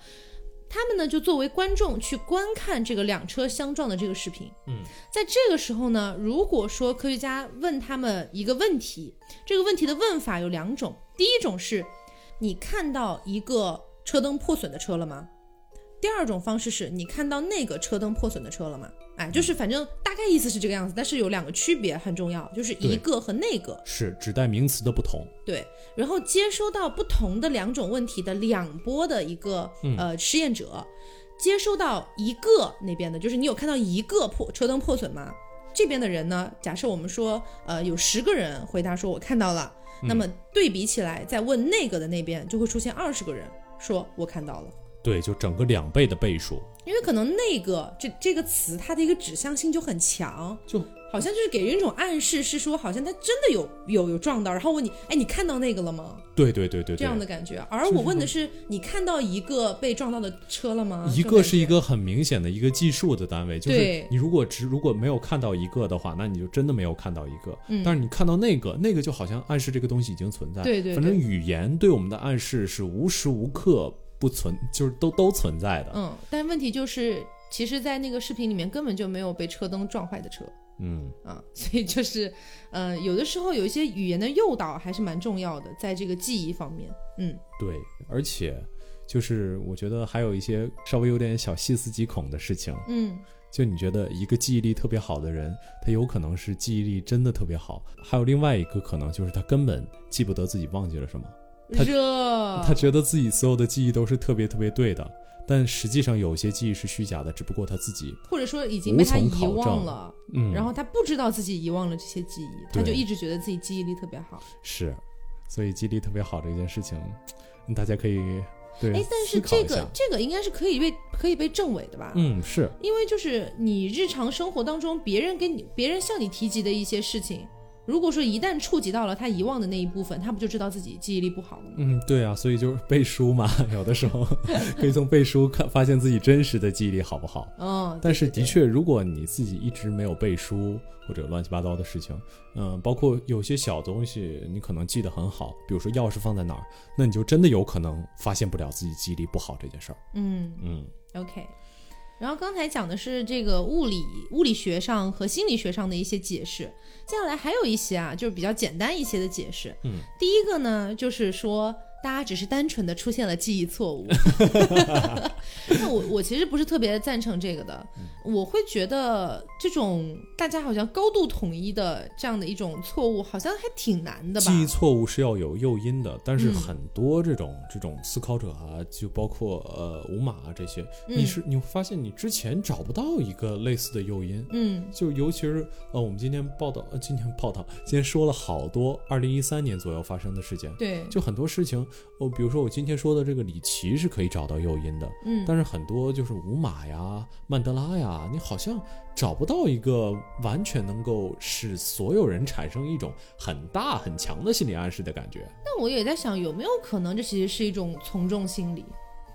Speaker 2: 他们呢，就作为观众去观看这个两车相撞的这个视频。
Speaker 1: 嗯，
Speaker 2: 在这个时候呢，如果说科学家问他们一个问题，这个问题的问法有两种。第一种是，你看到一个车灯破损的车了吗？第二种方式是你看到那个车灯破损的车了吗？哎，就是反正大概意思是这个样子，但是有两个区别很重要，就是一
Speaker 1: 对
Speaker 2: 个和那个。
Speaker 1: 是指代名词的不同。
Speaker 2: 对，然后接收到不同的两种问题的两波的一个、呃试验者，接收到一个那边的，就是你有看到一个破车灯破损吗？这边的人呢，假设我们说呃有十个人回答说我看到了，那么对比起来再问那个的那边就会出现二十个人说我看到了。
Speaker 1: 对，就整个两倍的倍数，
Speaker 2: 因为可能那个这这个词它的一个指向性就很强，
Speaker 1: 就
Speaker 2: 好像就是给人一种暗示，是说好像他真的有有有撞到，然后问你，哎，你看到那个了吗？
Speaker 1: 对对对对
Speaker 2: 这样
Speaker 1: 对。
Speaker 2: 的感觉。而我问的是，你看到一个被撞到的车了吗？
Speaker 1: 一
Speaker 2: 这种
Speaker 1: 个
Speaker 2: 感觉
Speaker 1: 是一个很明显的一个计数的单位，就是
Speaker 2: 对
Speaker 1: 你如果只如果没有看到一个的话，那你就真的没有看到一个。
Speaker 2: 嗯
Speaker 1: 但是你看到那个，那个就好像暗示这个东西已经存在。
Speaker 2: 对对对
Speaker 1: 反正语言对我们的暗示是无时无刻不存，就是都都存在的。
Speaker 2: 嗯，但问题就是，其实，在那个视频里面根本就没有被车灯撞坏的车
Speaker 1: 嗯，
Speaker 2: 啊， (laughs) 所以就是，呃，有的时候有一些语言的诱导还是蛮重要的，在这个记忆方面，嗯
Speaker 1: 对，而且就是我觉得还有一些稍微有点小细思极恐的事情，
Speaker 2: 嗯，
Speaker 1: 就你觉得一个记忆力特别好的人，他有可能是记忆力真的特别好，还有另外一个可能就是他根本记不得自己忘记了什么，他
Speaker 2: 热，
Speaker 1: 他觉得自己所有的记忆都是特别特别对的，但实际上有些记忆是虚假的，只不过他自己
Speaker 2: 或者说已经被他
Speaker 1: 无从
Speaker 2: 遗
Speaker 1: 考
Speaker 2: 忘
Speaker 1: 证
Speaker 2: 了，
Speaker 1: 嗯，
Speaker 2: 然后他不知道自己遗忘了这些记忆，他
Speaker 1: 对
Speaker 2: 就一直觉得自己记忆力特别好。
Speaker 1: 是，所以记忆力特别好这件事情，嗯大家可以对
Speaker 2: 哎，但是
Speaker 1: 思考
Speaker 2: 这
Speaker 1: 一
Speaker 2: 个
Speaker 1: 下
Speaker 2: 这个应该是可以被可以被证伪的吧？
Speaker 1: 嗯是
Speaker 2: 因为就是你日常生活当中，别人跟你、别人向你提及的一些事情，如果说一旦触及到了他遗忘的那一部分，他不就知道自己记忆力不好了吗？
Speaker 1: 嗯，对啊，所以就是背书嘛， (laughs) 有的时候可以从背书看发现自己真实的记忆力好不好。
Speaker 2: 嗯，
Speaker 1: 但是的确，如果你自己一直没有背书或者乱七八糟的事情，嗯，包括有些小东西你可能记得很好，比如说钥匙放在哪儿，那你就真的有可能发现不了自己记忆力不好这件事儿。
Speaker 2: 嗯
Speaker 1: 嗯，
Speaker 2: ，OK。然后刚才讲的是这个物理物理学上和心理学上的一些解释，接下来还有一些啊，就是比较简单一些的解释。
Speaker 1: 嗯，
Speaker 2: 第一个呢，就是说大家只是单纯的出现了记忆
Speaker 1: (laughs)
Speaker 2: 错误。那我我其实不是特别赞成这个的，
Speaker 1: 嗯
Speaker 2: 我会觉得这种大家好像高度统一的这样的一种错误，好像还挺难的吧？
Speaker 1: 记忆错误是要有诱因的，但是
Speaker 2: 嗯
Speaker 1: 很多这种、这种思考者啊，就包括呃五马啊这些，
Speaker 2: 嗯
Speaker 1: 你是你会发现你之前找不到一个类似的诱因，
Speaker 2: 嗯
Speaker 1: 就尤其是呃，我们今天报道，呃，今天报道，今天说了好多二零一三年左右发生的事件，
Speaker 2: 对，
Speaker 1: 就很多事情，哦，比如说我今天说的这个李琦是可以找到诱因的，
Speaker 2: 嗯
Speaker 1: 但是很多就是五马呀、曼德拉呀，你好像找不到一个完全能够使所有人产生一种很大很强的心理暗示的感觉。
Speaker 2: 那我也在想，有没有可能这其实是一种从众心理，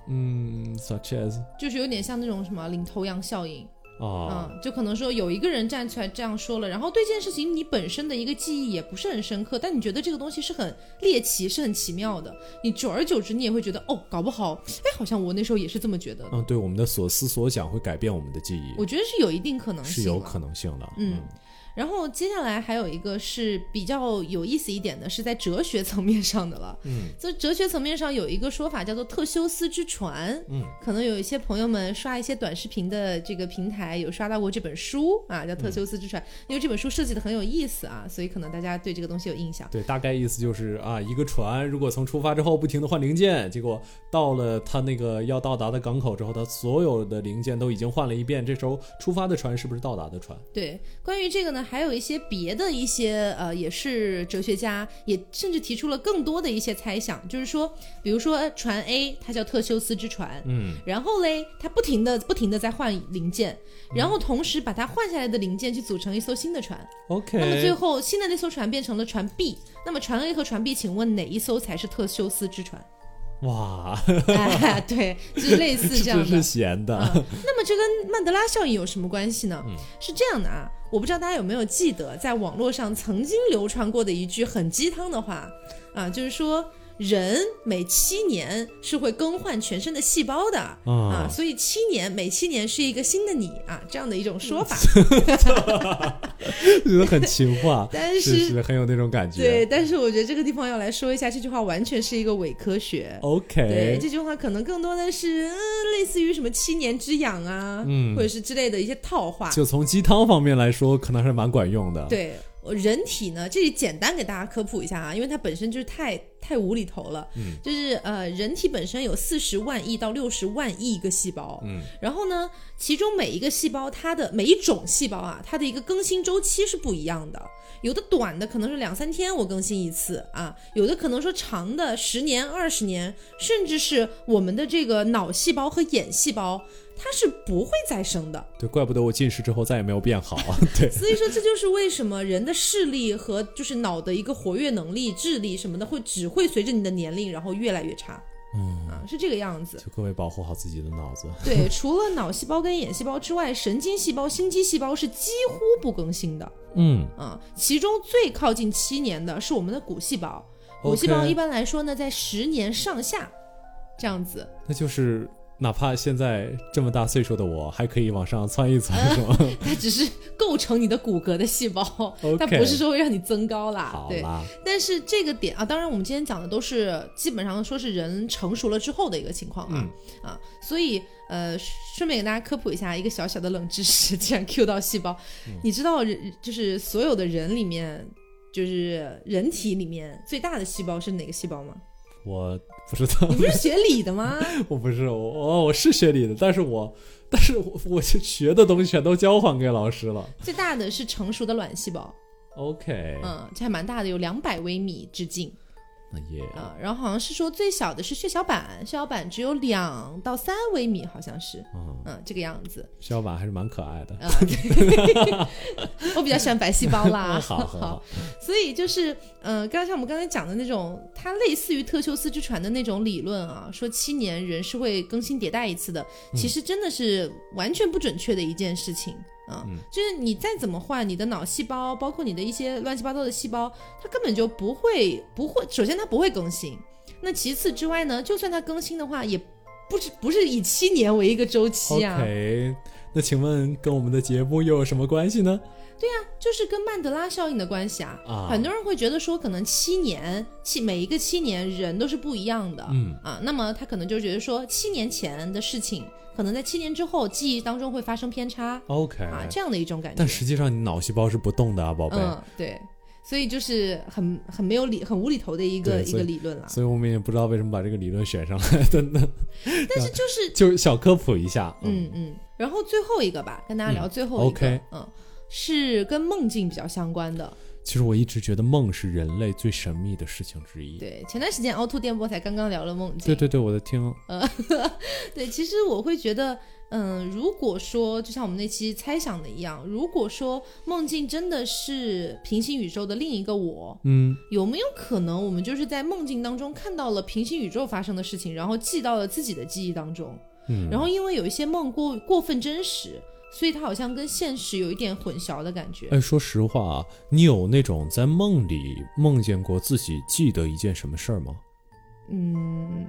Speaker 1: 嗯，such as
Speaker 2: 就是有点像那种什么领头羊效应。
Speaker 1: 啊，
Speaker 2: 嗯，就可能说有一个人站出来这样说了，然后对这件事情你本身的一个记忆也不是很深刻，但你觉得这个东西是很猎奇、是很奇妙的，你久而久之你也会觉得哦，搞不好，哎，好像我那时候也是这么觉得的。
Speaker 1: 嗯，对，我们的所思所想会改变我们的记忆，
Speaker 2: 我觉得是有一定可能性，
Speaker 1: 是有可。能性的。
Speaker 2: 嗯然后接下来还有一个是比较有意思一点的，是在哲学层面上的了。
Speaker 1: 嗯，
Speaker 2: 就哲学层面上有一个说法叫做特修斯之船。
Speaker 1: 嗯，
Speaker 2: 可能有一些朋友们刷一些短视频的这个平台有刷到过这本书啊，
Speaker 1: 嗯
Speaker 2: 叫《特修斯之船》因为这本书设计的很有意思啊，所以可能大家对这个东西有印象。
Speaker 1: 对，大概意思就是啊，一个船如果从出发之后不停的换零件，结果到了它那个要到达的港口之后，它所有的零件都已经换了一遍，这时候出发的船是不是到达的船？
Speaker 2: 对，关于这个呢，还有一些别的一些呃，也是哲学家也甚至提出了更多的一些猜想，就是说，比如说呃船 A 它叫特修斯之船，
Speaker 1: 嗯，
Speaker 2: 然后嘞，它不停的不停的在换零件，
Speaker 1: 嗯
Speaker 2: 然后同时把它换下来的零件去组成一艘新的船，
Speaker 1: OK，
Speaker 2: 那么最后新的那艘船变成了船 B，那么船 A 和船 B，请问哪一艘才是特修斯之
Speaker 1: (laughs)
Speaker 2: 船？
Speaker 1: 哇，
Speaker 2: 哎，对，就是类似这样
Speaker 1: 这
Speaker 2: 的。
Speaker 1: 是闲的，
Speaker 2: 嗯那么这跟曼德拉效应有什么关系呢？
Speaker 1: 嗯
Speaker 2: 是这样的啊，我不知道大家有没有记得，在网络上曾经流传过的一句很鸡汤的话啊，就是说人每七年是会更换全身的细胞的啊，
Speaker 1: 啊
Speaker 2: 所以七年每七年是一个新的你啊，这样的一种
Speaker 1: (laughs)
Speaker 2: 说法。，
Speaker 1: 觉得很情话
Speaker 2: (laughs) 但
Speaker 1: 是
Speaker 2: 是
Speaker 1: 是很有那种感觉。
Speaker 2: 对，但是我觉得这个地方要来说一下，这句话完全是一个伪科学。对
Speaker 1: OK，
Speaker 2: 这句话可能更多的是、嗯、类似于什么七年之痒啊，
Speaker 1: 嗯
Speaker 2: 或者是之类的一些套话。
Speaker 1: 就从鸡汤方面来说，可能还是蛮管用的。，
Speaker 2: 对，我人体呢，这里简单给大家科普一下啊，因为它本身就是太太无厘头了。
Speaker 1: 嗯，
Speaker 2: 就是呃，人体本身有四十万亿到六十万亿个细胞。
Speaker 1: 嗯，
Speaker 2: 然后呢，其中每一个细胞它的每一种细胞啊，它的一个更新周期是不一样的。有的短的可能是两三天我更新一次啊，有的可能说长的十年、二十年，甚至是我们的这个脑细胞和眼细胞，它是不会再生的。
Speaker 1: 对，怪不得我近视之后再也没有变
Speaker 2: (laughs)
Speaker 1: 好。对，
Speaker 2: 所以说，这就是为什么人的视力和就是脑的一个活跃能力、智力什么的，会只会随着你的年龄然后越来越差
Speaker 1: 嗯，
Speaker 2: 啊，是这个样子。
Speaker 1: 就各位保护好自己的脑子。
Speaker 2: 对，除了脑细胞跟眼细胞之外，神经细胞、心肌细胞是几乎不更新的
Speaker 1: 嗯，
Speaker 2: 啊。其中最靠近七年的是我们的骨细胞，骨
Speaker 1: OK
Speaker 2: 细胞一般来说呢，在十年上下这样子。 (laughs)
Speaker 1: 那就是哪怕现在这么大岁数的我，还可以往上窜一窜，是
Speaker 2: (laughs)
Speaker 1: 吗？
Speaker 2: 它只是构成你的骨骼的细胞
Speaker 1: OK
Speaker 2: 它不是说会让你增高啦。
Speaker 1: 好
Speaker 2: 对，
Speaker 1: 啦，
Speaker 2: 但是这个点啊，当然我们今天讲的都是基本上说是人成熟了之后的一个情况啊、啊，所以呃，顺便给大家科普一下一个小小的冷知识， (laughs) 既然 Q 到细胞，你知道人就是所有的人里面，就是人体里面最大的细胞是哪个细胞吗？ (laughs)
Speaker 1: 我不知道
Speaker 2: 你，不是学理的吗？ (laughs)
Speaker 1: 我不是我，哦，我是学理的，但是我，但是我我学的东西全都交还给老师了。
Speaker 2: 最大的是成熟的卵细胞，
Speaker 1: OK，
Speaker 2: 嗯，这还蛮大的，有两百微米直径
Speaker 1: 那也
Speaker 2: 啊。然后好像是说最小的是血小板，血小板只有两到三微米，好像是，
Speaker 1: 嗯，
Speaker 2: 嗯，这个样子。
Speaker 1: 小婉还是蛮可爱的。
Speaker 2: 啊，嗯 (laughs) 我比较喜欢白细胞啦。
Speaker 1: 嗯 (laughs) 好好好，
Speaker 2: 所以就是，嗯、刚才像我们刚才讲的那种，它类似于特修斯之船的那种理论啊，说七年人是会更新迭代一次的，
Speaker 1: 嗯
Speaker 2: 其实真的是完全不准确的一件事情。啊，
Speaker 1: 嗯
Speaker 2: 就是你再怎么换，你的脑细胞，包括你的一些乱七八糟的细胞，它根本就不会不会。首先，它不会更新。那其次之外呢，就算它更新的话，也不是不是以七年为一个周期啊。
Speaker 1: OK，那请问跟我们的节目又有什么关系呢？
Speaker 2: 就是跟曼德拉效应的关系啊。
Speaker 1: 啊
Speaker 2: 很多人会觉得说，可能七年七每一个七年人都是不一样的，
Speaker 1: 嗯
Speaker 2: 啊，那么他可能就觉得说，七年前的事情，可能在七年之后记忆当中会发生偏差
Speaker 1: OK，、
Speaker 2: 啊，这样的一种感
Speaker 1: 哎
Speaker 2: 觉。
Speaker 1: 但实际上你脑细胞是不动的啊，宝贝。
Speaker 2: 嗯，对，所以就是很很没有理、很无厘头的一个
Speaker 1: 对
Speaker 2: 一
Speaker 1: 所
Speaker 2: 个
Speaker 1: 以
Speaker 2: 理论了。
Speaker 1: 所以我们也不知道为什么把这个理论选上来 (laughs) 的呢，
Speaker 2: 但是就是，
Speaker 1: 就是小科普一下。
Speaker 2: 嗯嗯，然后最后一个吧，跟大家聊最后一个，
Speaker 1: OK
Speaker 2: 嗯，是跟梦境比较相关的。
Speaker 1: 其实我一直觉得梦是人类最神秘的事情之一。
Speaker 2: 对，前段时间凹凸电波才刚刚聊了梦境，
Speaker 1: 对对对，我的天哦，
Speaker 2: 对，其实我会觉得，嗯，如果说就像我们那期猜想的一样，如果说梦境真的是平行宇宙的另一个我，
Speaker 1: 嗯，
Speaker 2: 有没有可能我们就是在梦境当中看到了平行宇宙发生的事情，然后记到了自己的记忆当中？
Speaker 1: 嗯，
Speaker 2: 然后因为有一些梦过过分真实，所以它好像跟现实有一点混淆的感觉。
Speaker 1: 哎，说实话啊，你有那种在梦里梦见过自己记得一件什么事儿吗？
Speaker 2: 嗯，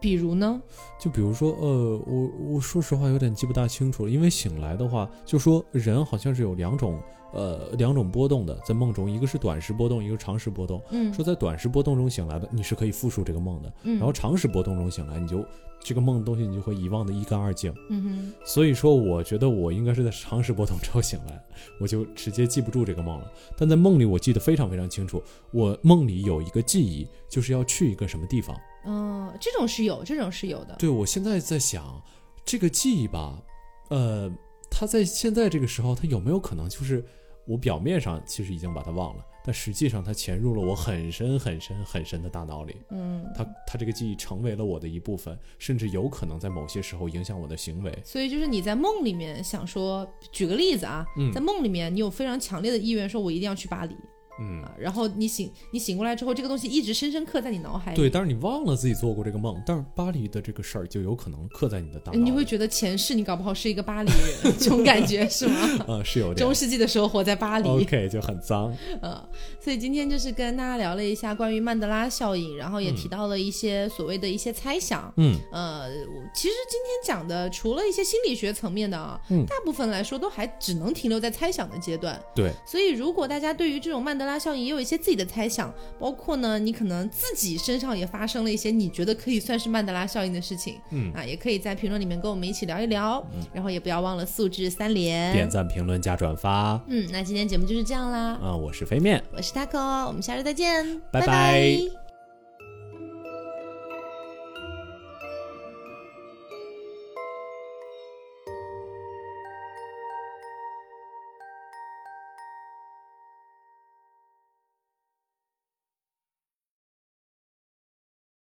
Speaker 2: 比如呢？
Speaker 1: 就比如说，呃，我我说实话有点记不大清楚了，因为醒来的话，就说人好像是有两种，呃，两种波动的，在梦中，一个是短时波动，一个是长时波动。
Speaker 2: 嗯
Speaker 1: 说在短时波动中醒来的，你是可以复述这个梦的；
Speaker 2: 嗯，
Speaker 1: 然后长时波动中醒来，你就这个梦的东西你就会遗忘的一干二净。
Speaker 2: 嗯哼，
Speaker 1: 所以说，我觉得我应该是在长时波动之后醒来，我就直接记不住这个梦了。但在梦里，我记得非常非常清楚，我梦里有一个记忆，就是要去一个什么地方。
Speaker 2: 嗯，这种是有，这种是有的。
Speaker 1: 对我现在在想，这个记忆吧，呃，它在现在这个时候，它有没有可能就是我表面上其实已经把它忘了，但实际上它潜入了我很深很深很深的大脑里，
Speaker 2: 嗯，
Speaker 1: 它它这个记忆成为了我的一部分，甚至有可能在某些时候影响我的行为。
Speaker 2: 所以就是你在梦里面想说，举个例子啊，
Speaker 1: 嗯
Speaker 2: 在梦里面你有非常强烈的意愿说，我一定要去巴黎
Speaker 1: 嗯，
Speaker 2: 啊，然后你醒你醒过来之后，这个东西一直深深刻在你脑海里，
Speaker 1: 对，但是你忘了自己做过这个梦，但是巴黎的这个事儿就有可能刻在你的大脑里。
Speaker 2: 你会觉得前世你搞不好是一个巴黎
Speaker 1: (laughs)
Speaker 2: 人，这种感觉是吗？
Speaker 1: 呃是有点
Speaker 2: 中世纪的时候活在巴黎，
Speaker 1: OK 就很脏。
Speaker 2: 呃，所以今天就是跟大家聊了一下关于曼德拉效应，然后也提到了一些所谓的一些猜想。
Speaker 1: 嗯，
Speaker 2: 呃，我其实今天讲的除了一些心理学层面的啊，
Speaker 1: 嗯
Speaker 2: 大部分来说都还只能停留在猜想的阶段。
Speaker 1: 对，
Speaker 2: 所以，如果大家对于这种曼德拉效应也有一些自己的猜想，包括呢，你可能自己身上也发生了一些你觉得可以算是曼德拉效应的事情，
Speaker 1: 嗯
Speaker 2: 啊，也可以在评论里面跟我们一起聊一聊，然后也不要忘了素质三连。
Speaker 1: 点赞、评论、加转发。啊、
Speaker 2: 嗯，那今天节目就是这样啦，
Speaker 1: 我是飞面。
Speaker 2: 我是 taco，我们下周再见，
Speaker 1: 拜拜
Speaker 2: 拜